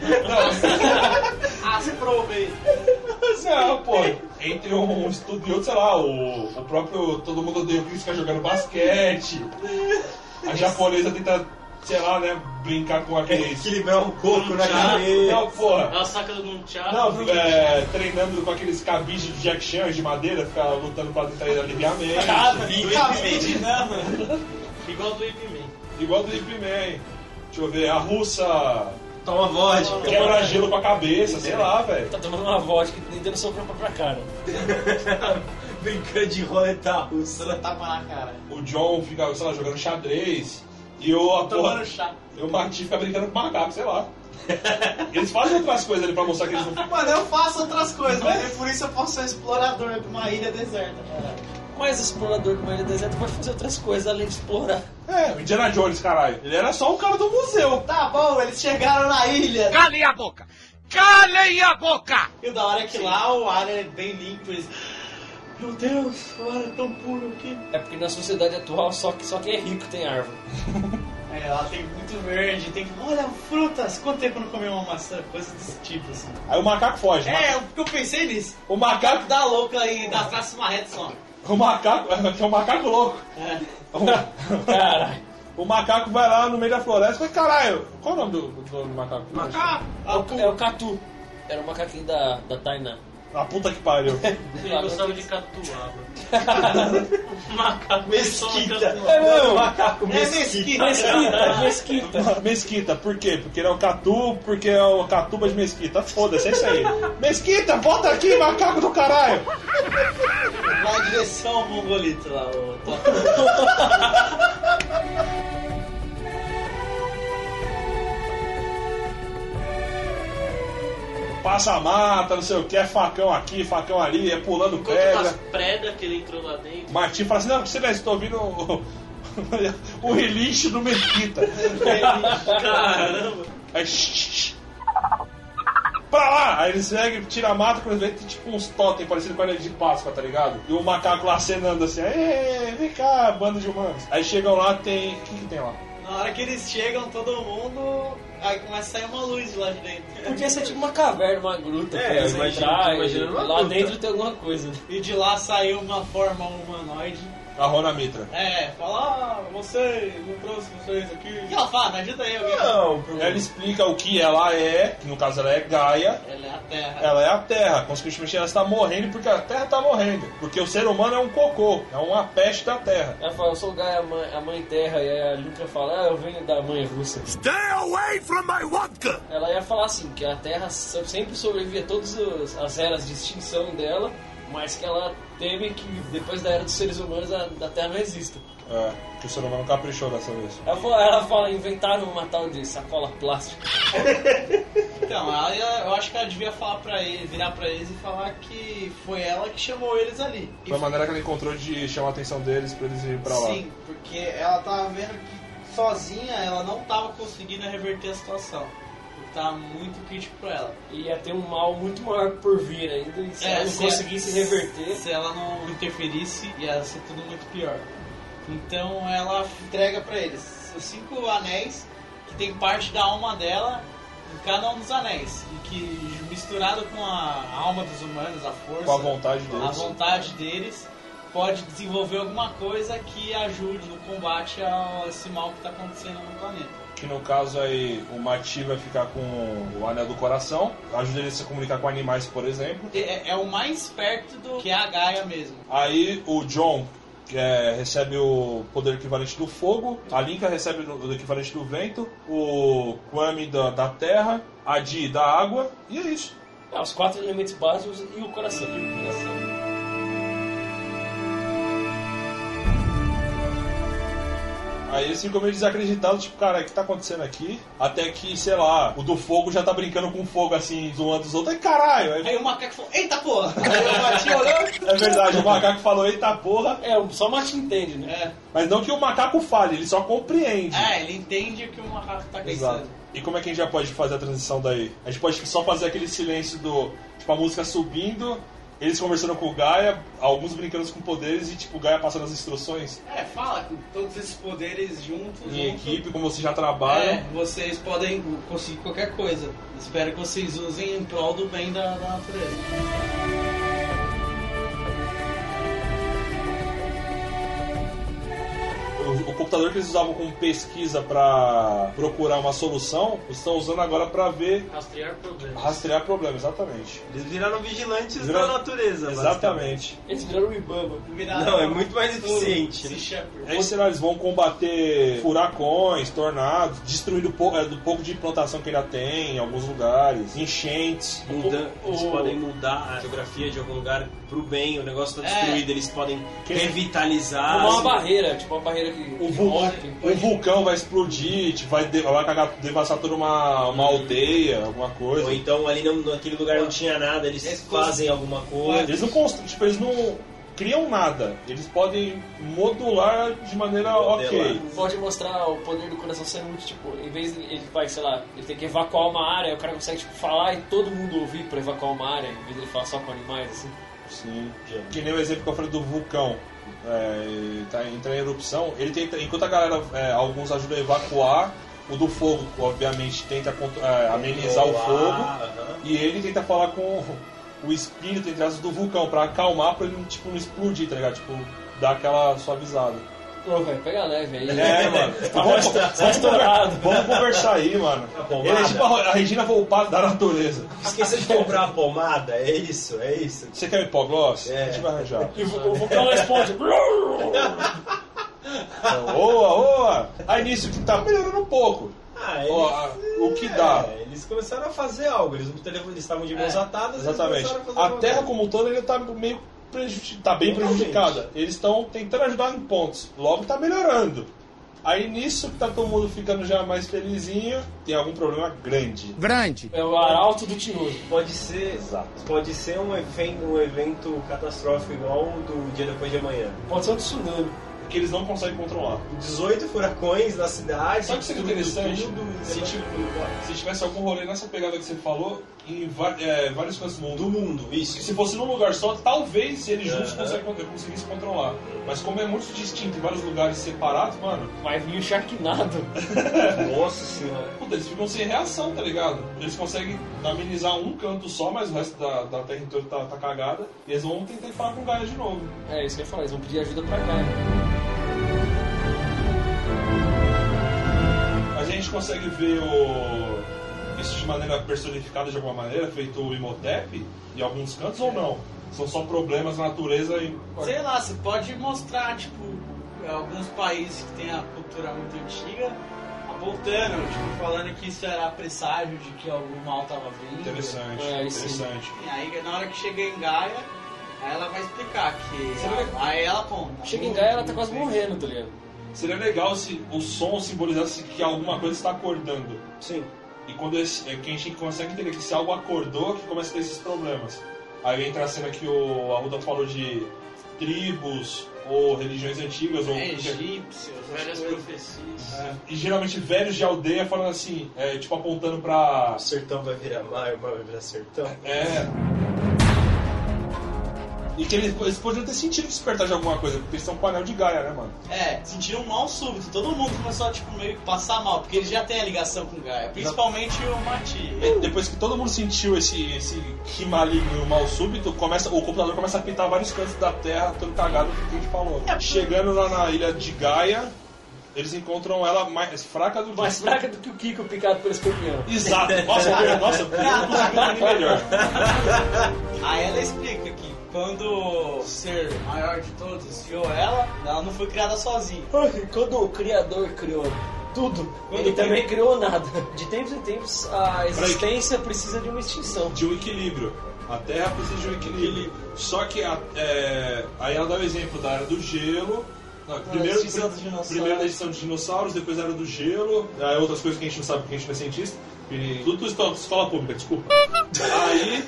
As provei. Não, pô. Entre um estudo e outro, sei lá, o, o próprio Todo Mundo Odeia o Chris fica jogando basquete. A japonesa tenta, sei lá, né, brincar com aqueles... Equilibrar um coco na cabeça. Não, porra. Ela saca do Nunchaku. Não, é, treinando com aqueles cabides de Jack Chan de madeira, fica lutando pra tentar aliviar mesmo. Ah, Cabide, não, Tá né, mano. Igual do Ip Man. Igual do Deep Man. Deixa eu ver, a russa Toma vodka. quebra gelo com a cabeça, sei lá, velho. Tá tomando uma vodka e nem dando sopa pra própria cara. Brincando de roleta russa. Dando tapa na cara. O John fica, sei lá, jogando xadrez. E eu, a porra, Tomando chá. eu o Martin fica brincando com macaco, sei lá. Eles fazem outras coisas ali pra mostrar que eles não ficam. Mano, eu faço outras coisas, mas É? nem por isso eu posso ser um explorador de uma ilha deserta, cara. Mas o explorador do Maria Deserto pode fazer outras coisas além de explorar. É, o Indiana Jones, caralho. Ele É era só um cara do museu. Tá bom, eles chegaram na ilha. Calem a boca! Calem a boca! E o da hora é que lá o ar é bem limpo. Eles... Meu Deus, o ar é tão puro aqui. É porque na sociedade atual só, que, só quem é rico tem árvore. É, lá tem muito verde, tem. Olha, frutas! Quanto tempo eu não comi uma maçã? Coisas desse tipo, assim. Aí o macaco foge. É, o que eu pensei nisso. O macaco Dá louca aí, dá traço uma reta só. O macaco. É um macaco louco. É. Caralho. O macaco vai lá no meio da floresta e fala, caralho, qual é o nome do, do, do macaco? Ah, É o, é o Catu. Era o macaquinho da, da Tainá. A puta que pariu. Ele gostava de catuaba. Macaco. Mesquita. Catuaba. não. macaco é mesquita. Mesquita, mesquita. Mesquita, por quê? Porque ele é o Catu, porque é o Catuba de Mesquita. Foda-se, é isso aí. Mesquita, volta aqui, macaco do caralho! Vai em direção ao mongolito lá, o Top. Passa a mata, não sei o que, é facão aqui, facão ali, é pulando Enquanto as pedra. pregas que ele entrou lá dentro. Martim fala assim, não, você não estou ouvindo o, o relincho do Mesquita. Caramba. Aí, shh, shh, shh. Pra lá! Aí eles seguem, tira a mata, quando vê tem tipo uns totem parecido com a ilha de Páscoa, tá ligado? E o macaco lá acenando assim, "Ê, vem cá, bando de humanos. Aí chegam lá, tem. O que, que tem lá? Na hora que eles chegam, todo mundo. Aí começa a sair uma luz lá de dentro. Podia ser tipo uma caverna, uma gruta. É, pra eles eu imagino- entrar tô imaginando e uma lá gruta. dentro tem alguma coisa. E de lá saiu uma forma humanoide. A Rona Mitra. É, fala, ah, você, eu trouxe vocês aqui. Ah. E ela fala, me ajuda aí, alguém. Não, Ela explica o que ela é, que no caso ela é Gaia, Ela é a terra. ela é a Terra. Consequentemente, ela está morrendo porque a Terra está morrendo. Porque o ser humano é um cocô, é uma peste da Terra. Ela fala, eu sou o Gaia, a mãe, a mãe terra. E aí a Lutra fala, ah, eu venho da mãe russa. Stay away from my vodka! Ela ia falar assim, que a Terra so- sempre sobrevivia a todas as- as eras de extinção dela, mas que ela teme que depois da era dos seres humanos a, da Terra não exista. É, que o ser humano caprichou dessa vez. Ela fala, ela fala, inventaram uma tal de um sacola plástica. Então, ela, ia- eu acho que ela devia falar pra ele, virar pra eles e falar que foi ela que chamou eles ali. E Foi a maneira que ela encontrou de chamar a atenção deles pra eles irem pra lá. Sim, porque ela tava vendo que sozinha ela não tava conseguindo reverter a situação. O que tava muito crítico pra ela. E ia ter um mal muito maior por vir ainda, e É, se ela não conseguisse reverter... É, Se ela não interferisse, ia ser tudo muito pior. Então ela entrega pra eles os cinco anéis, que tem parte da alma dela em cada um dos anéis. E que misturado com a alma dos humanos, a força, Com a vontade deles. a vontade deles, pode desenvolver alguma coisa que ajude no combate a esse mal que tá acontecendo no planeta. Que no caso aí o Mati vai ficar com o anel do coração, ajuda ele a se comunicar com animais, por exemplo. É, é o mais perto do que é a Gaia é mesmo. Aí o John é, recebe o poder equivalente do fogo, a Linka recebe o o equivalente do vento, o Kwame da, da terra, a Di da água, e é isso. Ah, os quatro elementos básicos e o coração. E o coração. Aí eles ficam meio desacreditados, tipo, cara, o que tá acontecendo aqui? Até que, sei lá, o do fogo já tá brincando com fogo, assim, zoando os outros. Ai, caralho! Aí, o macaco falou, eita porra! Aí o Martim olhou. É verdade, o macaco falou, eita porra! É, só o Martin entende, né? Mas não que o macaco fale, ele só compreende. É, ele entende o que o macaco tá Exato. pensando. E como é que a gente já pode fazer a transição daí? A gente pode só fazer aquele silêncio do. Tipo, a música subindo, eles conversando com o Gaia, alguns brincando com poderes e, tipo, o Gaia passando as instruções. É, fala com todos esses poderes juntos. Em juntos. equipe, como vocês já trabalham. É, vocês podem conseguir qualquer coisa. Espero que vocês usem em prol do bem da, da natureza. O, o computador que eles usavam como pesquisa pra procurar uma solução, eles estão usando agora pra ver Rastrear um problemas. rastrear problema, exatamente. Eles viraram vigilantes Vira- da natureza. Exatamente. Eles viraram o Ibama. basicamente. Não, é muito mais eficiente. né? né? Se É, Shepherd. Aí, sei lá, eles vão combater furacões, tornados, destruindo pouco, é, do pouco de plantação que ainda tem em alguns lugares, enchentes. Muda, eles o- podem mudar a geografia de algum lugar pro bem, o negócio tá É. destruído, eles podem Que- revitalizar. assim. Formar uma barreira, tipo uma barreira que. Um, que vul- rompe. um vulcão vai explodir, te vai, de- vai cagar, devassar toda uma, uma aldeia, alguma Ou coisa. então ali não- naquele lugar não tinha nada, eles Eles fazem alguma coisa. Eles não constroem, tipo, eles não criam nada. Eles podem modular de maneira ok. Pode mostrar o poder do coração sendo muito, tipo, em vez de ele vai, sei lá, ele tem que evacuar uma área, o cara consegue, tipo, falar e todo mundo ouvir pra evacuar uma área, em vez de ele falar só com animais, assim. Sim. Que nem o exemplo que eu falei do vulcão. É, e tá, entra em erupção, ele tenta. Enquanto a galera, é, alguns ajudam a evacuar, o do fogo, obviamente, tenta contro- é, amenizar o fogo. E ele tenta falar com o espírito, entre aspas, do vulcão, pra acalmar, pra ele não, tipo, não explodir, tá ligado? Tipo, dar aquela suavizada. Pô, velho, pega leve aí. É, mano. Vamos, Tá vamos, estourado. vamos conversar aí, mano. Ele é tipo a, a Regina Volpato da natureza. Esqueceu de comprar a pomada? É isso, é isso. Você quer um hipogloss? É. A gente vai arranjar. E o o vulcão responde. Então, Oa, oa! Aí nisso que tá melhorando um pouco. Ah, Ó, a- o que dá. É, eles começaram a fazer algo, eles, não tele- eles estavam de mãos atadas, Exatamente. eles começaram É, a fazer A alguma Terra coisa. como um todo ele tá meio prejudi- tá bem Totalmente. prejudicada. Eles estão tentando ajudar em pontos. Logo tá melhorando. Aí nisso que tá todo mundo ficando já mais felizinho, tem algum problema grande. Grande. É o arauto do tinhoso. Pode ser, Exato. pode ser um, efe- um evento catastrófico igual o do dia depois de amanhã. Pode ser um tsunami. Que eles não conseguem controlar. 18 furacões na cidade. Sabe o que seria tudo, interessante? tudo, Se, né? tipo, se tivesse algum rolê nessa pegada que você falou, em va- é, vários cantos do mundo. do mundo, isso. É. Se fosse num lugar só, talvez eles juntos Aham. conseguem- conseguissem controlar. Mas como é muito distinto em vários lugares separados, mano, Vai vir o Sharknado. Nossa senhora. puta, eles ficam sem reação, tá ligado? Eles conseguem amenizar um canto só, mas o resto da, da terra inteira tá, tá cagada. E eles vão tentar falar com o Gaia de novo. É isso que eu ia falar, eles vão pedir ajuda pra cá. A gente consegue ver o... isso de maneira personificada de alguma maneira, feito o Imhotep em alguns cantos ou não? São só problemas da natureza e... Sei lá, você pode mostrar, tipo, alguns países que tem a cultura muito antiga, voltando, tipo, falando que isso era presságio de que algum mal tava vindo. Interessante, É, isso. interessante. E aí, na hora que chega em Gaia, aí ela vai explicar que... Você vai- Aí ela conta. Chega em Gaia, ela tá quase morrendo, tá ligado? Seria legal se o som simbolizasse que alguma coisa está acordando. Sim. E quando esse, é que a gente consegue entender que se algo acordou, que começa a ter esses problemas. Aí entra a cena que o Arruda falou de tribos ou religiões antigas ou É, egípcios, Várias essas coisas. profecias. e geralmente velhos de aldeia falando assim, é, tipo apontando pra O sertão vai virar mar, o mar vai virar sertão. é. E que eles, eles poderiam ter sentido despertar de alguma coisa, porque eles são um panel de Gaia, né, mano? É, sentiram um mal súbito. Todo mundo começou a, tipo, meio que passar mal, porque eles já têm a ligação com Gaia. Principalmente o Mati. E Depois que todo mundo sentiu esse, esse que maligno mal súbito, começa, o computador começa a pintar vários cantos da Terra, todo cagado que a gente falou. É, Chegando lá na ilha de Gaia, eles encontram ela mais fraca do que. Mais fraca do que o Kiko picado pelo escorpião. Exato. Nossa, eu- nossa, eu não consegui definir melhor. Aí ela explica que quando o ser maior de todos criou ela, ela não foi criada sozinha. Quando o criador criou tudo, Quando ele o também cri- criou nada. De tempos em tempos, a existência precisa de uma extinção. de um equilíbrio. A Terra precisa de um equilíbrio. Só que a- é, aí ela dá o exemplo da era do gelo. Não, primeiro, extinção Ah, dos dinossauros. primeiro da edição de dinossauros, depois a era do gelo, É, aí outras coisas que a gente não sabe porque a gente não é cientista. E tudo escola, escola pública, desculpa. Aí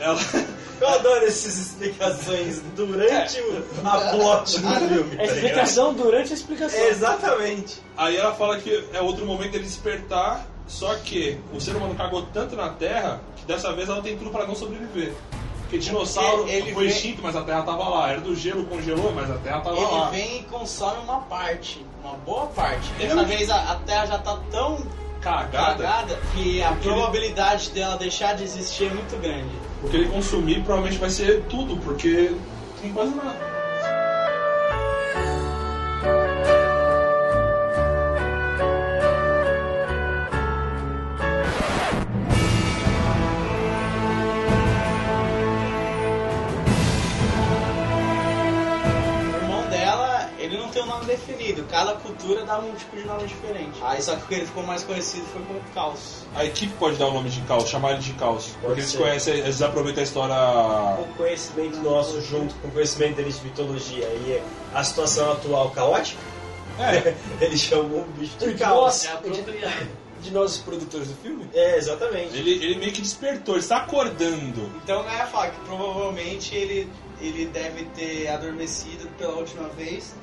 ela. Eu adoro essas explicações durante o- a plot do filme. Tá A explicação durante a É, explicação. Exatamente. Aí ela fala que é outro momento dele despertar, só que o ser humano cagou tanto na Terra que dessa vez ela tem tudo pra não sobreviver. Porque dinossauro É ele foi vem- extinto, mas a Terra tava lá. Era do gelo, congelou, mas a Terra tava Ele lá. vem e consome uma parte, uma boa parte. É Dessa mesmo? vez a, a Terra já tá tão Cagada. cagada que a Porque ele- probabilidade dela deixar de existir é muito grande. O que ele consumir provavelmente vai ser tudo, porque tem quase nada. O irmão dela, ele não tem um nome definido. Cada cultura dava um tipo de nome diferente. Aí só que o que ele ficou mais conhecido foi como Caos. A equipe pode dar o nome de caos, chamar ele de caos. porque eles ser. conhecem, eles aproveitam a história. O conhecimento nosso junto com o conhecimento deles de mitologia e a situação atual caótica, É. ele chamou o bicho de caos. Nossa, de, de nós, os produtores do filme? É, exatamente. Ele, ele meio que despertou, ele está acordando. Então eu ia falar que provavelmente ele, ele deve ter adormecido pela última vez,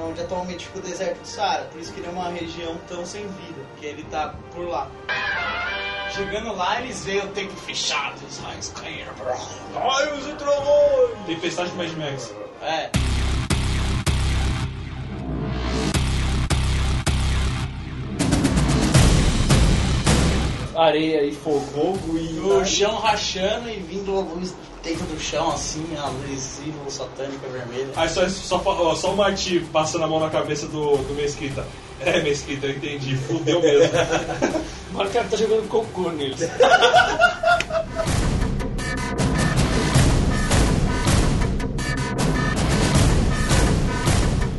onde atualmente fica o deserto do Saara. Por isso que ele é uma região tão sem vida, que ele tá por lá. Chegando lá, eles veem o tempo fechado, os raios caíram. Raios e trovões! Tempestade de Mad Max. É. Tipo, Areia e fogo. Fogo e. O chão rachando e vindo a luz dentro do chão, assim, a luz símbolo satânica vermelha. Aí só, só, fa- ó, só o Marti passando a mão na cabeça do, do Mesquita. É, Mesquita, eu entendi, fudeu mesmo. O Marcelo tá jogando cocô neles.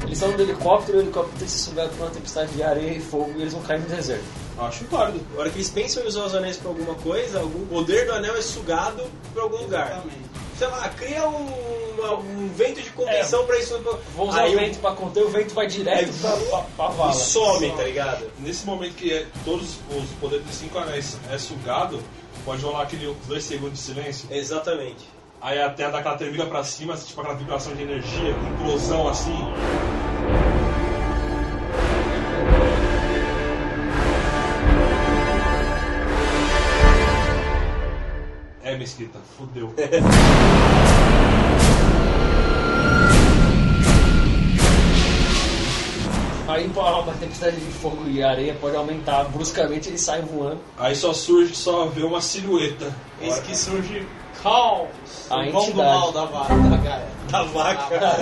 Eles estão no helicóptero, o helicóptero se souber por uma tempestade de areia e fogo e eles vão cair no deserto. Acho válido. A hora que eles pensam em usar os anéis pra alguma coisa, algum- o poder do anel é sugado pra algum lugar. Sei lá, cria um, uma- um vento de contenção pra isso. É, Vou usar Aí o vento pra conter, o vento vai direto É, pra, pra, pra e vala. some, tá ligado? Nesse momento que é- todos os poderes dos cinco anéis é sugado, pode rolar aquele dois segundos de silêncio. Exatamente. Aí a terra dá aquela tremida pra cima, assim, tipo aquela vibração de energia, implosão assim. É, Mesquita, fudeu. Aí pá, uma tempestade de fogo e areia pode aumentar bruscamente, eles saem voando. Aí só surge, só vê uma silhueta. Eis que surge Caos, A o bom do entidade. Tá. mal da vara, da Gaia. Da vaca.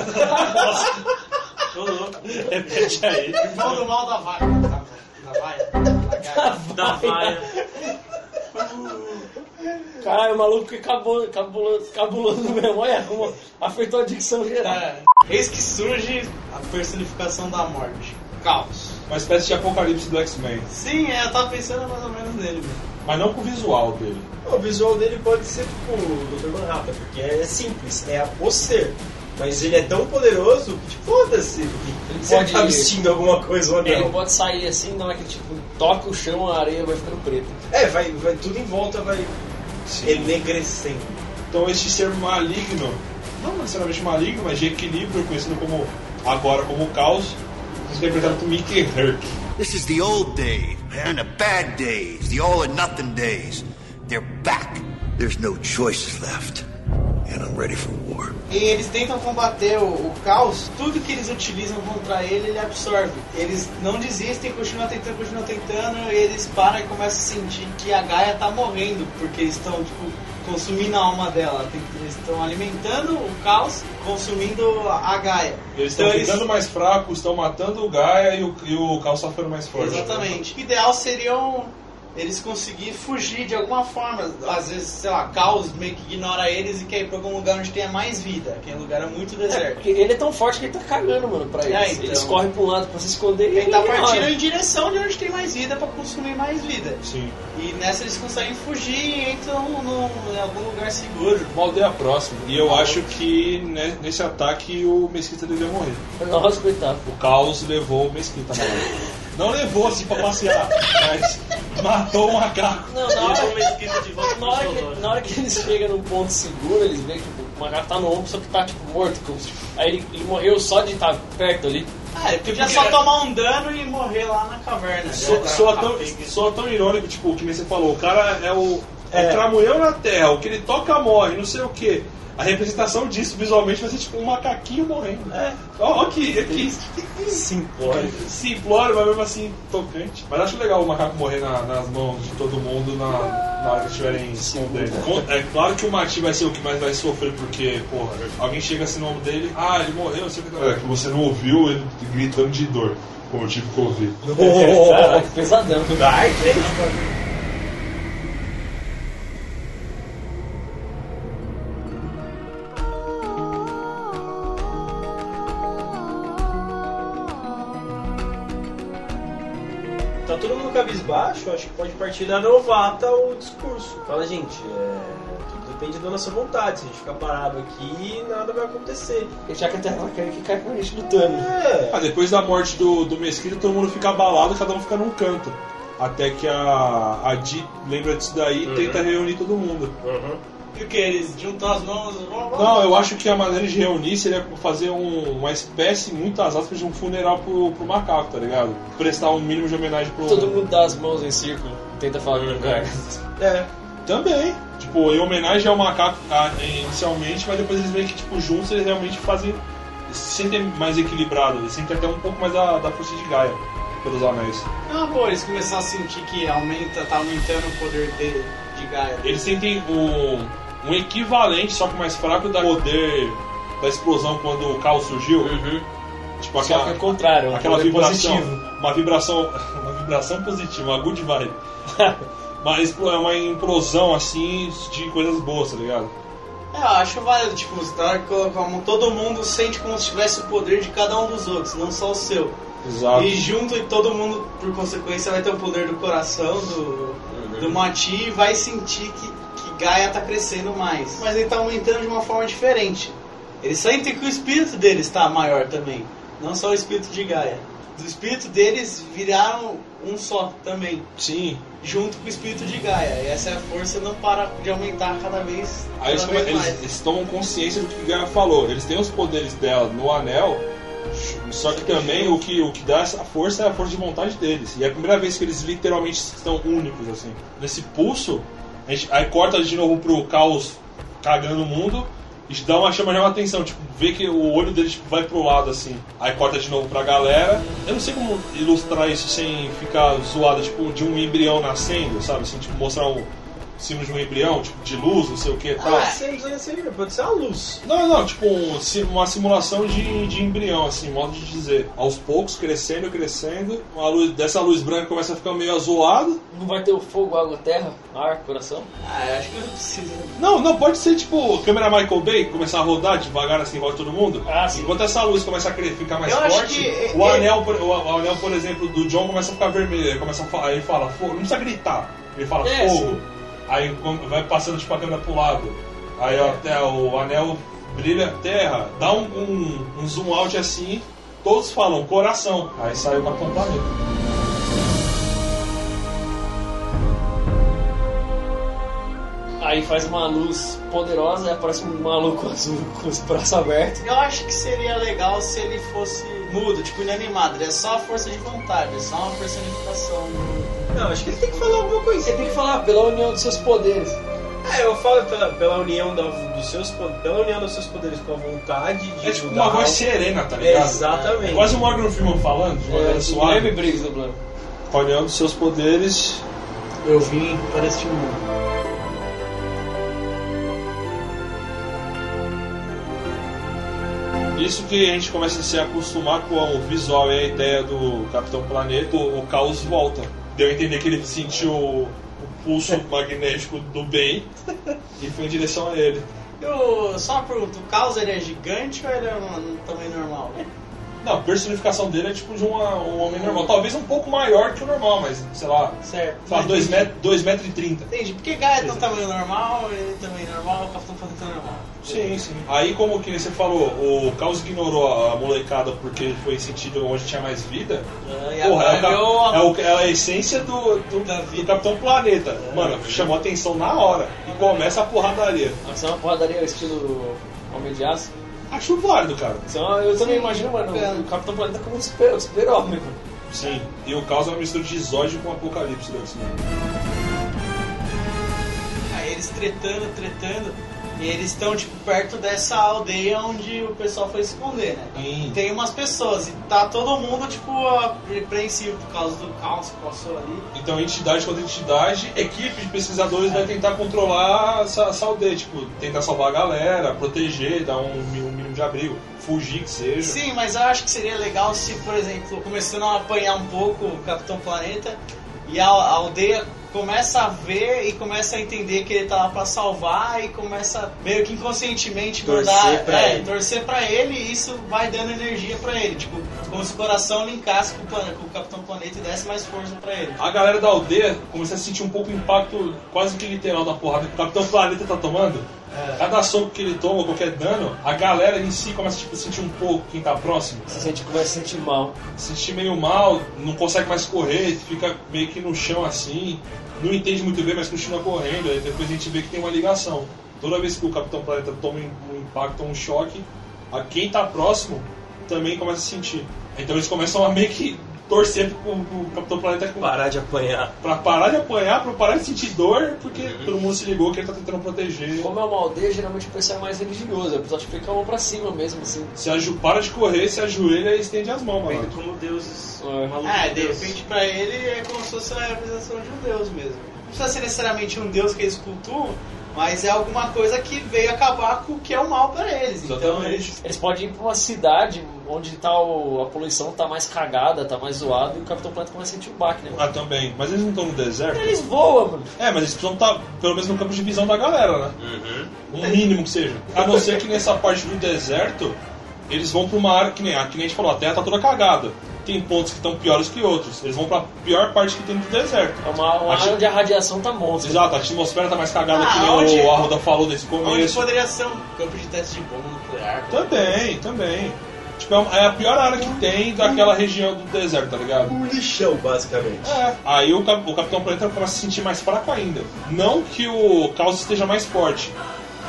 Ô, louco. Repete aí. Irmão do mal da vaca. Da vaia? Da gaia. Da vaia. Caralho, o maluco que acabou, cabuloso, cabuloso no memória arrumou, afetou a dicção geral. É. Eis que surge a personificação da morte. Caos. Uma espécie de apocalipse do X-Men. Sim, é, eu tava pensando mais ou menos nele. mesmo. Mas não com o visual dele. o visual dele pode ser tipo o Dr. Manhattan, porque é simples, é o ser. Mas ele é tão poderoso que tipo, foda-se. Se ele pode- tá vestindo alguma coisa ou Ele não. pode sair assim, não é que tipo, toca o chão, a areia vai ficando preta. É, vai, vai tudo em volta, vai enegrecendo. Então esse ser maligno, não necessariamente maligno, mas de equilíbrio, conhecido como agora como caos, interpretado por Mickey Herc. This is the old day, and the bad days, the all or nothing days. They're back. There's no choices left. And I'm ready for war. E eles tentam combater o, o caos, tudo que eles utilizam contra ele, ele absorve. Eles não desistem, continuam tentando, continuam tentando, e eles param e começam a sentir que a Gaia tá morrendo, porque eles estão, tipo, consumindo a alma dela. Tem- Eles estão alimentando o caos, consumindo a a Gaia. Então, Eles estão eles- ficando mais fracos, estão matando o Gaia e o, e o caos tá ficando mais forte. Exatamente. O ideal seriam um, eles conseguirem fugir de alguma forma. Às vezes, sei lá, Caos meio que ignora eles e quer ir pra algum lugar onde tenha mais vida. Aquele lugar é muito É, deserto. porque ele é tão forte que ele tá cagando, mano, pra eles. É, então. Eles correm pra um lado pra se esconder e Ele tá ignora. partindo em direção de onde tem mais vida pra consumir mais vida. Sim. E nessa eles conseguem fugir e entram num- em algum lugar seguro. Uma aldeia é próxima. E eu acho que né, nesse ataque o Mesquita devia morrer. Nossa, coitado. O caos levou o Mesquita na hora. Não levou assim pra passear, mas matou o macaco. Não, na hora, na hora que, na hora que eles chegam num ponto seguro, eles veem que o macaco tá no ombro, só que tá tipo morto. como se- Aí ele, ele morreu só de estar perto ali. Ah, ele podia só tomar um dano e morrer lá na caverna. né? Tá Ah, So, soa, tão, soa tão irônico, tipo, o que nem você falou, o cara é o. É, Cramunhão na terra, o que ele toca morre, não sei o que. A representação disso visualmente vai ser tipo um macaquinho morrendo. É. Ó, ó que, que, que simplório. Simplório, mas mesmo assim tocante. Mas acho legal o macaco morrer na- nas mãos de todo mundo na, na hora que estiverem escondendo. Com- É claro que o Mati vai ser o que mais vai sofrer, porque, porra, alguém chega assim no ombro dele, ah, ele morreu, não sei o que. É, que você não ouviu ele gritando de dor, como eu tive que ouvir. Caraca, que pesadão. Ai, Tá todo mundo cabisbaixo, acho que pode partir da novata o discurso. Fala, gente, é, tudo depende da nossa vontade. Se a gente ficar parado aqui, nada vai acontecer. Já que a terra vai cair, que cai com a gente lutando. É. Ah, depois da morte do, do Mesquita, todo mundo fica abalado, cada um fica num canto. Até que a, a Di lembra disso daí e tenta reunir todo mundo. E o que? Eles juntam as mãos. vão- vão- Não, eu acho que a maneira de reunir seria fazer um- uma espécie, muitas aspas, de um funeral pro, pro macaco, tá ligado? Prestar um mínimo de homenagem pro. Todo mundo dá as mãos em círculo, tenta falar com o cara. É. Também. Tipo, em homenagem ao macaco ah, inicialmente, mas depois eles veem que, tipo, juntos eles realmente fazem. Se sentem mais equilibrados, eles sentem até um pouco mais da, da força de Gaia pelos anéis. Não, pô, É eles começaram a sentir que aumenta, tá aumentando o poder de, de Gaia. Eles sentem o, um equivalente, só que mais fraco, da poder da explosão quando o caos surgiu. Tipo Uhum. Só aquela, que é o contrário, é um aquela poder vibração. positivo. Uma vibração. Uma vibração positiva, uma good vibe. Mas é uma implosão assim de coisas boas, tá ligado? É, eu acho válido, tipo, você tá como todo mundo sente como se tivesse o poder de cada um dos outros, não só o seu. Exato. E junto e todo mundo, por consequência, vai ter o poder do coração, do, Uhum. do Mati, e vai sentir que, que Gaia tá crescendo mais. Mas ele tá aumentando de uma forma diferente. Eles sentem que o espírito deles tá maior também, não só o espírito de Gaia. Os espíritos deles viraram um só também. Sim. Junto com o espírito de Gaia. E essa força não para de aumentar cada vez, Aí eles, cada come- vez eles- mais. eles tomam consciência do que o Gaia falou. Eles têm os poderes dela no anel, só que também o que, o que dá essa força é a força de vontade deles. E é a primeira vez que eles literalmente estão únicos, assim. Nesse pulso, a gente, aí corta de novo pro caos cagando o mundo. E te dá uma chama de uma atenção, tipo, vê que o olho deles tipo, vai pro lado assim. Aí corta de novo pra galera. Eu não sei como ilustrar isso sem ficar zoado, tipo, de um embrião nascendo, sabe? Assim, tipo, mostrar o símbolo de um embrião, tipo, de luz, não sei o que e Tá. tal. Ah, você não precisa nem ser, pode ser a luz. Não, não, tipo um sim- uma simulação de, de embrião, assim, modo de dizer. Aos poucos, crescendo, crescendo, uma luz, dessa luz branca começa a ficar meio azulada. Não vai ter o fogo, água, terra, ar, coração? Ah, acho que não precisa. Não, não, pode ser tipo câmera Michael Bay, começar a rodar devagar assim, roda todo mundo. Enquanto essa luz começa a cre- ficar mais Eu acho forte, que- o, é- anel, por- o, o anel, por exemplo, do John começa a ficar vermelho. Ele começa a falar, ele fala fogo, não precisa gritar. Ele fala É, fogo. sim. Aí com- vai passando tipo a câmera pro lado. Aí até o anel brilha terra, dá um, um- um zoom out assim, todos falam coração. Aí um sai uma campanha. Aí faz uma luz poderosa e aparece um maluco azul com os braços abertos. Eu acho que seria legal se ele fosse mudo, tipo inanimado. Ele é só a força de vontade, é só uma personificação. Não, acho que ele tem que falar alguma coisa. Ele tem que falar pela união dos seus poderes. É, eu falo pela, pela união da, dos seus po- pela união dos seus poderes com a vontade de É tipo ajudar. uma voz serena, tá né? ligado? Exatamente. É quase o Morgan Freeman falando, de maneira É, suave. Guilherme Briggs dublando. Olhando seus poderes. Eu vim para este mundo. Isso que a gente começa a se acostumar com o visual e a ideia do Capitão Planeta, o o caos volta. Deu a entender que ele sentiu o pulso magnético do bem e foi em direção a ele. E o, só uma pergunta, o caos ele é gigante ou ele é um, um tamanho normal? Não, a personificação dele é tipo de uma- um homem normal. Talvez um pouco maior que o normal, mas sei lá. Certo. Sei lá, 2 metros, metros e 30. Entendi, porque Gaia tem um tamanho normal, ele também é normal, o Capitão Planeta é normal. Sim, sim. Aí, como que você falou, o Caos ignorou a molecada porque ele foi em sentido onde tinha mais vida. Ah, e Porra, é, o, agora ca- é, virou- o, é a essência do, do, do Capitão Planeta. Mano, chamou atenção na hora. E começa a porradaria. Mas é uma porradaria estilo Homem de Aço. Acho válido, cara. Então, eu também imagino, mano, o Capitão Planeta como um super- super-homem, mano. Sim. E o Caos é uma mistura de Zod com Apocalipse né? do X-Men. Aí eles tretando, tretando, e eles estão tipo perto dessa aldeia onde o pessoal foi se esconder, né? Tem umas pessoas e tá todo mundo tipo apreensivo por causa do caos que passou ali. Então, entidade contra entidade, equipe de pesquisadores vai tentar controlar essa, essa aldeia, tipo, tentar salvar a galera, proteger, dar um, mi- um mínimo de abrigo, fugir que seja. Sim, mas eu acho que seria legal se, por exemplo, começando a apanhar um pouco o Capitão Planeta e a, a aldeia começa a ver e começa a entender que ele tá lá pra salvar e começa meio que inconscientemente Torcer mudar, pra é, ele. torcer pra ele e isso vai dando energia pra ele, tipo, como se o coração linkasse com o, plane- com o Capitão Planeta e desse mais força pra ele. A galera da aldeia começa a sentir um pouco o impacto quase que literal da porrada que o Capitão Planeta tá tomando. Cada soco que ele toma, qualquer dano, a galera em si começa tipo, a sentir um pouco quem tá próximo. Se sente, começa a se sentir mal. Se sentir meio mal, não consegue mais correr, fica meio que no chão assim, não entende muito bem, mas continua correndo. Aí depois a gente vê que tem uma ligação. Toda vez que o Capitão Planeta toma um impacto, um choque, a quem tá próximo também começa a sentir. Então eles começam a meio que torcer pro, pro Capitão Planeta um com Parar de apanhar. Pra parar de apanhar, pra parar de sentir dor, porque todo mundo se ligou que ele tá tentando proteger. Como é uma aldeia, geralmente o pessoal é mais religioso, o pessoal tipo, fica a mão pra cima mesmo, assim. Se aju para de correr, se ajoelha e estende as mãos, mano. Como deuses malucos. É, de deuses. repente pra ele é como se fosse a representação de um deus mesmo. Não precisa ser necessariamente um deus que eles cultuam, mas é alguma coisa que veio acabar com o que é o mal pra eles. Então eles Eles podem ir pra uma cidade onde tá o- a poluição tá mais cagada, tá mais zoada, e o Capitão Planeta começa a sentir o baque, né? Ah, também. Mas eles não estão no deserto? Eles voam, mano. É, mas eles precisam estar, pelo menos, no campo de visão da galera, né? Uhum. O mínimo que seja. A não ser que nessa parte do deserto, eles vão pra uma área que nem, a- que nem a gente falou, a terra tá toda cagada. Tem pontos que estão piores que outros. Eles vão pra pior parte que tem do deserto. É uma, uma área onde a radiação tá monstra. Exato, a atmosfera tá mais cagada Ah, que nem onde- o Arruda falou nesse Onde começo. poderia ser um campo de teste de bomba nuclear. Também, também. Tipo, é uma- é a pior área que tem daquela região do deserto, tá ligado? Um lixão, basicamente. É. Aí o, Cap- o Capitão Planeta começa a se sentir mais fraco ainda. Não que o caos esteja mais forte,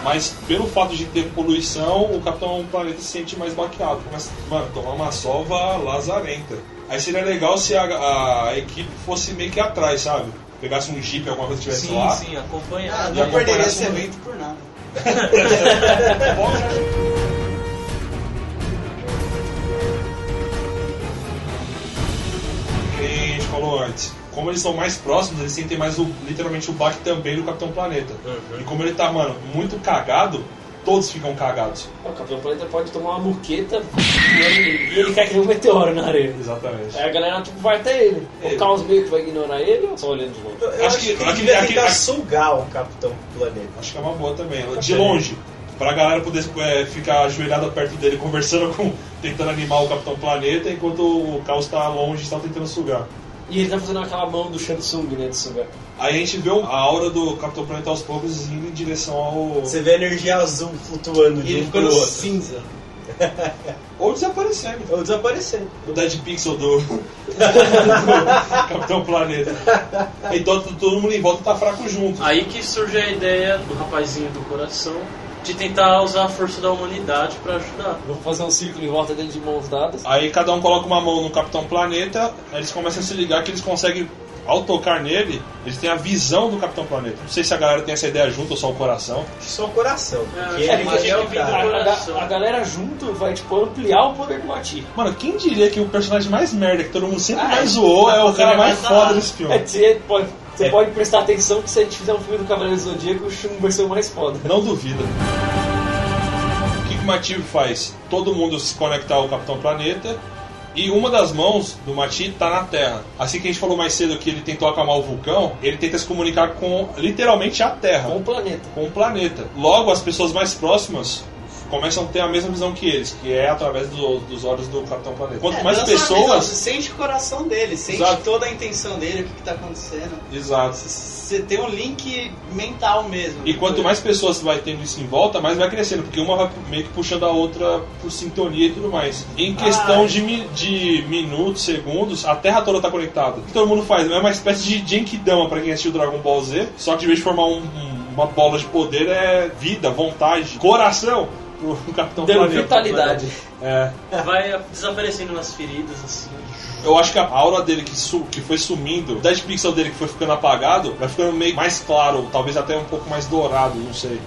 mas pelo fato de ter poluição, o Capitão Planeta se sente mais baqueado. Começa, mano, tomar uma sova lazarenta. Aí seria legal se a, a equipe fosse meio que atrás, sabe? Pegasse um jeep, alguma coisa que estivesse lá. acompanhado. E Ah, não perderia acompanhasse esse muito. evento por nada. Que nem a gente falou antes. Como eles são mais próximos, eles sentem mais o, literalmente o baque também do Capitão Planeta. E como ele tá, mano, muito cagado, todos ficam cagados. O Capitão Planeta pode tomar uma muqueta e ele, e ele cai que nem um meteoro na areia. Exatamente. Aí a galera tipo, vai até ele. O caos meio que vai ignorar ele ou só olhando de longe? Eu acho, que, acho ele que- devia acho que- tentar acho- sugar o Capitão Planeta. Acho que é uma boa também. De longe. Pra galera poder é, ficar ajoelhada perto dele, conversando com. tentando animar o Capitão Planeta, enquanto o Caos tá longe e está tentando sugar. E ele tá fazendo aquela mão do Shansung, né, de sugar. Aí a gente vê o- a aura do Capitão Planeta aos poucos indo em direção ao. Você vê a energia azul flutuando de Ele um ficou pro no outro. cinza. Ou desaparecendo. Ou desaparecendo. O Dead Pixel do, do Capitão Planeta. Então t- todo mundo em volta tá fraco junto. Aí que surge a ideia do rapazinho do coração de tentar usar a força da humanidade pra ajudar. Vamos fazer um círculo em volta dele de mãos dadas. Aí cada um coloca uma mão no Capitão Planeta, aí eles começam a se ligar que eles conseguem, ao tocar nele, eles têm a visão do Capitão Planeta. Não sei se a galera tem essa ideia junto ou só o coração. Só o coração. Porque É, ele porque é o a- cara. a, ga- a galera junto vai tipo ampliar o poder do Mati. Mano, quem diria que o personagem mais merda que todo mundo sempre Ah, mais zoou é o cara mais vai dar- foda desse filme? É, Você pode, você pode prestar atenção que se a gente fizer um filme do Cavaleiro do Zodíaco, o Shun vai ser o mais foda. Não duvido. O que que o Mative faz? Todo mundo se conectar ao Capitão Planeta E uma das mãos do Mati tá na Terra. Assim que a gente falou mais cedo que ele tentou acalmar o vulcão, ele tenta se comunicar com literalmente a É. Terra. Com o planeta. Com o planeta. Logo, as pessoas mais próximas começam a ter a mesma visão que eles, que é através do- dos olhos do Capitão Planeta. Quanto É, mais não só a visão, pessoas. você sente o coração dele, sente Exato. toda a intenção dele, o que, que tá acontecendo. Exato. Você tem um link mental mesmo. E quanto mais pessoas vai tendo isso em volta, mais vai crescendo, porque uma vai meio que puxando a outra por sintonia e tudo mais. Em Ah. questão de, mi- de minutos, segundos, a Terra toda tá conectada. O que todo mundo faz? É uma espécie de Genkidama pra quem assistiu Dragon Ball Z, só que de vez de formar um- um- uma bola de poder é vida, vontade, coração pro Capitão Deu Planeta. vitalidade. né? É. Vai desaparecendo nas feridas, assim. Eu acho que a aura dele que, su- que foi sumindo, o 10 de pixel dele que foi ficando apagado, vai ficando meio mais claro, talvez até um pouco mais dourado, não sei.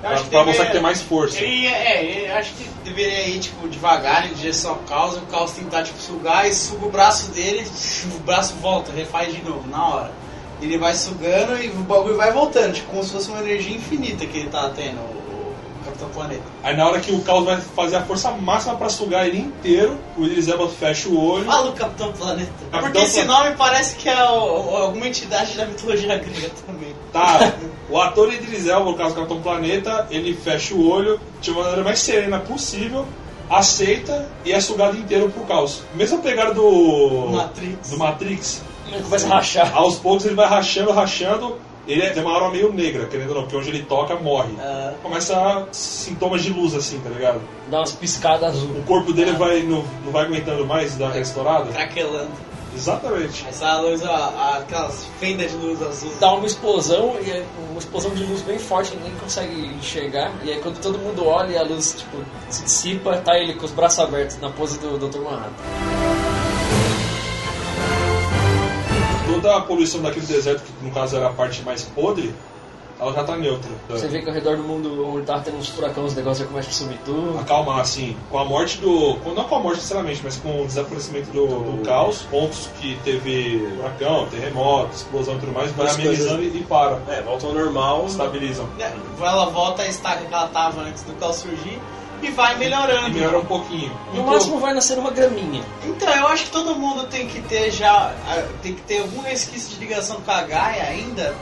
Pra, Acho que pra deveria- mostrar que tem mais força. Ele, é, eu acho que deveria ir, tipo, devagar, em direção ao caos, o caos tentar, tipo, sugar e suga o braço dele, o braço volta, refaz de novo, na hora. Ele vai sugando e o bagulho vai voltando, tipo, como se fosse uma energia infinita que ele tá tendo, o o Capitão Planeta. Aí na hora que o caos vai fazer a força máxima pra sugar ele inteiro, o Elizabeth fecha o olho. Fala o Capitão Planeta. Capitão Porque esse Planeta. nome parece que é o- o- alguma entidade da mitologia grega também. Tá, o ator Idris Elba, no caso do Capitão Planeta, ele fecha o olho de uma maneira mais serena possível, aceita e é sugado inteiro pro caos. Mesmo a pegada do Matrix. Do Matrix. Ele começa a rachar. Aos poucos ele vai rachando, rachando. Ele é- tem uma aura meio negra, querendo ou não, porque onde ele toca morre. Ah. Começa a sintomas de luz assim, tá ligado? Dá umas piscadas azul. O corpo Ah. dele vai, não, não vai aguentando mais da restaurada. Craquelando. Exatamente. Essa luz, a- a- aquelas fendas de luz azul. Dá uma explosão e é uma explosão de luz bem forte, ninguém consegue enxergar. E aí quando todo mundo olha e a luz tipo, se dissipa, tá ele com os braços abertos na pose do Dr. Manhattan. é. Toda a poluição daquele deserto, que no caso era a parte mais podre, ela já tá neutra. Você vê que ao redor do mundo onde tá tendo uns furacões, os negócios já começam a sumir tudo. Acalmar, assim, com a morte do. com- Não com a morte, sinceramente, mas com o desaparecimento do, do caos, pontos que teve furacão, terremoto, explosão e tudo mais, vai As coisas- amenizando e, e para. É, volta ao normal. Estabilizam. né? Ela volta à estaca que ela tava antes do caos surgir e vai melhorando. E melhora um pouquinho. No máximo vai nascer uma graminha. Então, eu acho que todo mundo tem que ter já. ah, Tem que ter algum resquício de ligação com a Gaia ainda.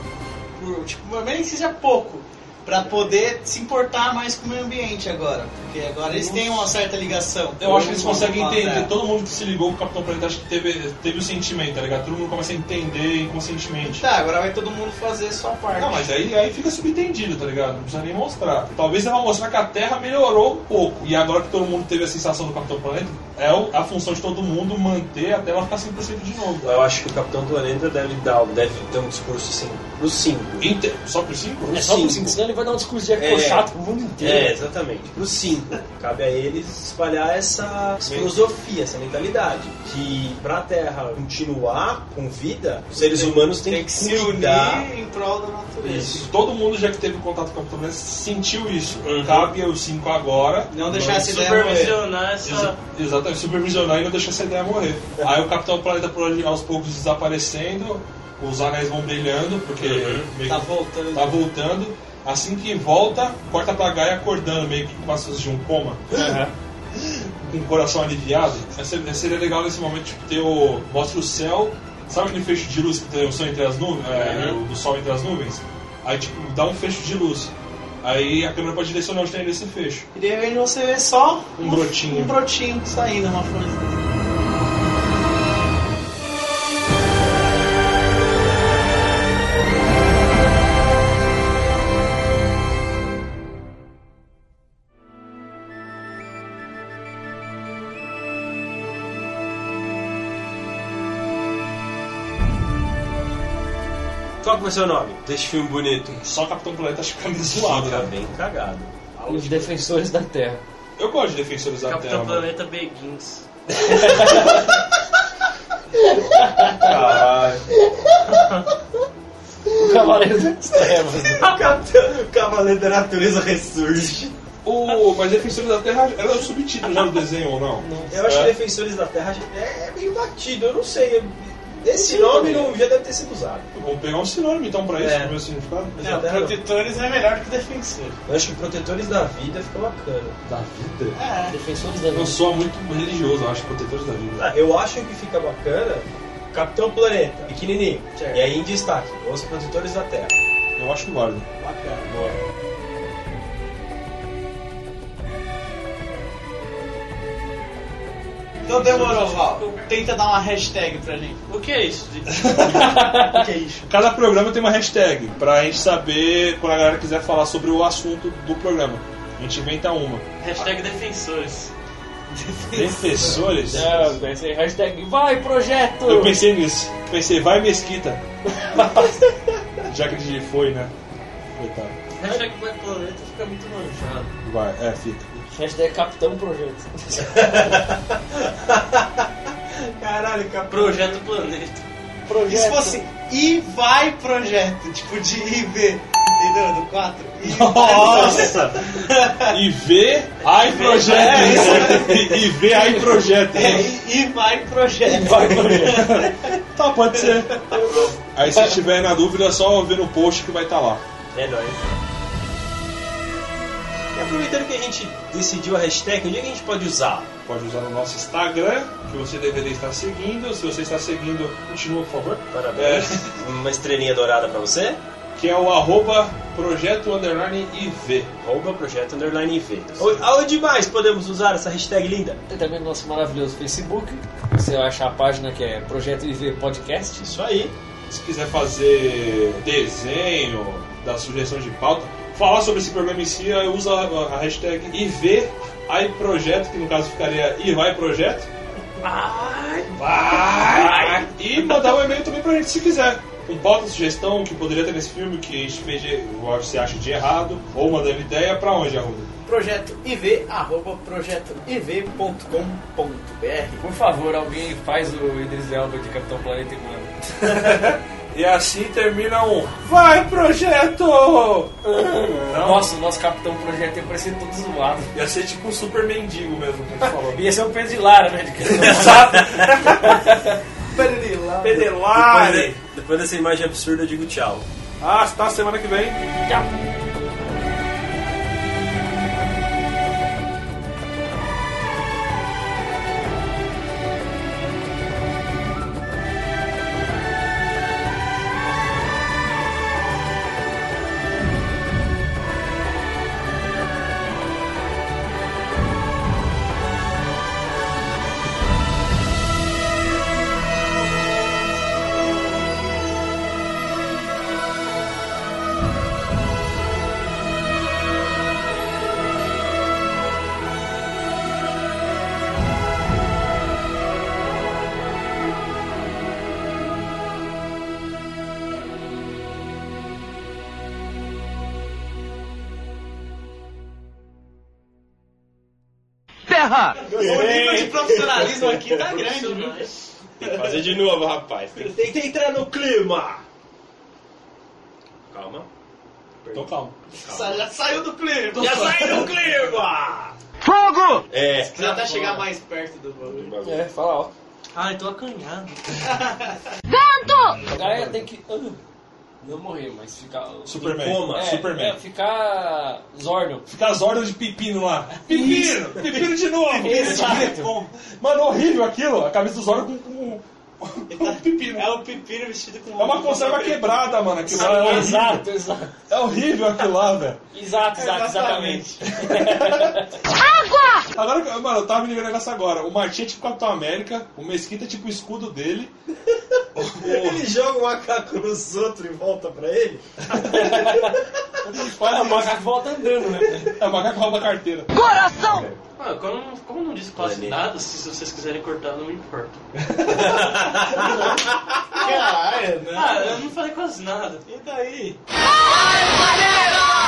Por, tipo, nem que seja pouco. Pra poder se importar mais com o meio ambiente agora. Porque agora eles têm uma certa ligação. Eu acho que eles conseguem né? Com a entender. Terra. Todo mundo que se ligou com o Capitão Planeta acho que teve, teve o sentimento, tá ligado? Todo mundo começa a entender inconscientemente. Tá, agora vai todo mundo fazer a sua parte. Não, mas aí, aí fica subentendido, tá ligado? Não precisa nem mostrar. Talvez ela mostrar que a Terra melhorou um pouco. E agora que todo mundo teve a sensação do Capitão Planeta, é o- a função de todo mundo manter até ela ficar 100% de novo. Eu acho que o Capitão Planeta deve dar, deve ter um discurso assim, pro 5. Só pro 5? É só por cinco, senão ele vai dar um discurso de É. eco chato pro mundo É, inteiro. exatamente. Pro 5. Cabe a eles espalhar essa essa filosofia, essa mentalidade. Que pra Terra continuar com vida, os seres humanos têm que se cuidar. unir em prol da natureza. Isso. Todo mundo já que teve contato com o Capitão Planeta sentiu isso. Uhum. Cabe aos 5 agora. Não deixar essa ideia Supervisionar morrer. essa- Exatamente, supervisionar e não deixar essa ideia morrer. Aí o Capitão Planeta por ali, aos poucos desaparecendo, os anéis vão brilhando, porque meio Tá que voltando. tá voltando. Assim que volta, corta pra Gaia acordando, meio que com as coisas de um coma. com o coração aliviado. Mas Seria, seria legal nesse momento tipo, ter o. Mostra o céu. Sabe aquele fecho de luz que tem o sol entre as nuvens? É, o- o sol entre as nuvens? Aí tipo, dá um fecho de luz. Aí a câmera pode direcionar onde tem esse fecho. E de repente você vê só Um brotinho. Um brotinho saindo, uma florzinha. Qual que vai ser o nome deste filme bonito? Só Capitão Planeta acho que fica meio zoado, Fica né? bem cagado. Os defensores da Terra. Eu gosto de Defensores da Capitão Terra. mano. Planeta Beguins. Caralho. O Cavaleiro das Trevas. O Cavaleiro da Natureza ressurge. O, mas Defensores da Terra era o subtítulo já do desenho ou não? Eu acho É. que Defensores da Terra é, é meio batido, eu não sei. Eu, Esse nome não já deve ter sido usado. Vamos pegar um sinônimo então pra isso, pro meu significado. Não, É, protetores é melhor que defensores. Eu acho que protetores da vida fica bacana. Da vida? É. Defensores Eu sou muito religioso, eu acho, protetores da vida. Ah, eu acho que fica bacana Capitão Planeta, pequenininho. Certo. E aí em destaque, os protetores da Terra. Eu acho válido. Bacana. Então demorou, Val. Tenta dar uma hashtag pra gente. O que é isso? O que é isso? Cada programa tem uma hashtag pra gente saber quando a galera quiser falar sobre o assunto do programa. A gente inventa uma. Hashtag defensores. Defensores? Não, vai ser hashtag vai projeto! Eu pensei nisso. Pensei, vai mesquita. Já que ele foi, né? Coitado. Hashtag vai planeta fica muito manjado. Vai, é, fica. Hashtag capitão projeto. Caralho, cara. Projeto Planeta. E se fosse e vai projeto, tipo de I e V, entendeu? Do 4. E vai projeto. Nossa! e vê, ai É, projeto! e vê, ai projeto! É, e, e vai projeto. Tá, pode ser. Aí se tiver na dúvida, é só ver no post que vai estar lá. É nóis. E aproveitando que a gente decidiu a hashtag, onde é que a gente pode usar? Pode usar no nosso Instagram, que você deveria estar seguindo. Se você está seguindo, continua, por favor. É, Parabéns. Uma estrelinha dourada pra você. Que é o arroba projeto underline IV. Arroba projeto underline IV. O- Aonde mais podemos usar essa hashtag linda? Tem também o nosso maravilhoso Facebook. Você vai achar a página que é Projeto IV Podcast. Isso aí. Se quiser fazer desenho, dar sugestão de pauta, falar sobre esse programa em si, aí usa a a hashtag IV, aí projeto, que no caso ficaria e vai projeto. Vai! E mandar um e-mail também pra gente se quiser. Com pauta, sugestão, o que poderia ter nesse filme, o que a gente fez de, o que você acha de errado, ou mandando ideia pra onde, Arruda? Projeto IV, arroba projetoiv.com.br. Por favor, alguém faz o Idris Elba de Capitão Planeta e manda. E assim termina um Vai Projeto! Nossa, o nosso Capitão Projeto ia parecer todo zoado. Ia ser tipo um super mendigo mesmo que a gente falou. Ia ser um peso de Lara, né? De Capitão Pedelar! Depois, de- depois dessa imagem absurda, eu digo tchau. Ah, está semana que vem. Terra! O nível de profissionalismo aqui tá grande, viu? Tem que fazer de novo, rapaz. Tem, tem que entrar no clima. Calma. Então calma. Sa- Já saiu do clima. Já sai do clima! Fogo! É. Já até chegar mais perto do bagulho. É, fala alto. Ai, tô acanhado. Vento! A Gaia tem que. ah, Não morrer, mas ficar. Superman. Coma. É, Superman. é, ficar. Zorno. Fica as ordens de pepino lá. Pepino! Pepino de novo! Exato. Mano, horrível aquilo. A cabeça dos olhos com, com, com pepino. É o pepino vestido com um É uma conserva quebrada, mano. Aquilo lá é horrível. Ah, Exato, exato. É horrível aquilo lá, velho. Exato, exato, exatamente. Água! Agora, que- mano, eu tava me ligando nessa agora. O Martim é tipo Capitão América, o Mesquita é tipo o escudo dele. Ele joga o macaco nos outros e volta pra ele? Ah, o macaco volta andando, né? É o macaco rouba a carteira. Coração! Ah, como, como não diz quase Planeta. nada, se vocês quiserem cortar, não me importa. Caralho, né? Ah, eu não falei quase nada. E daí? Ai, maneiro!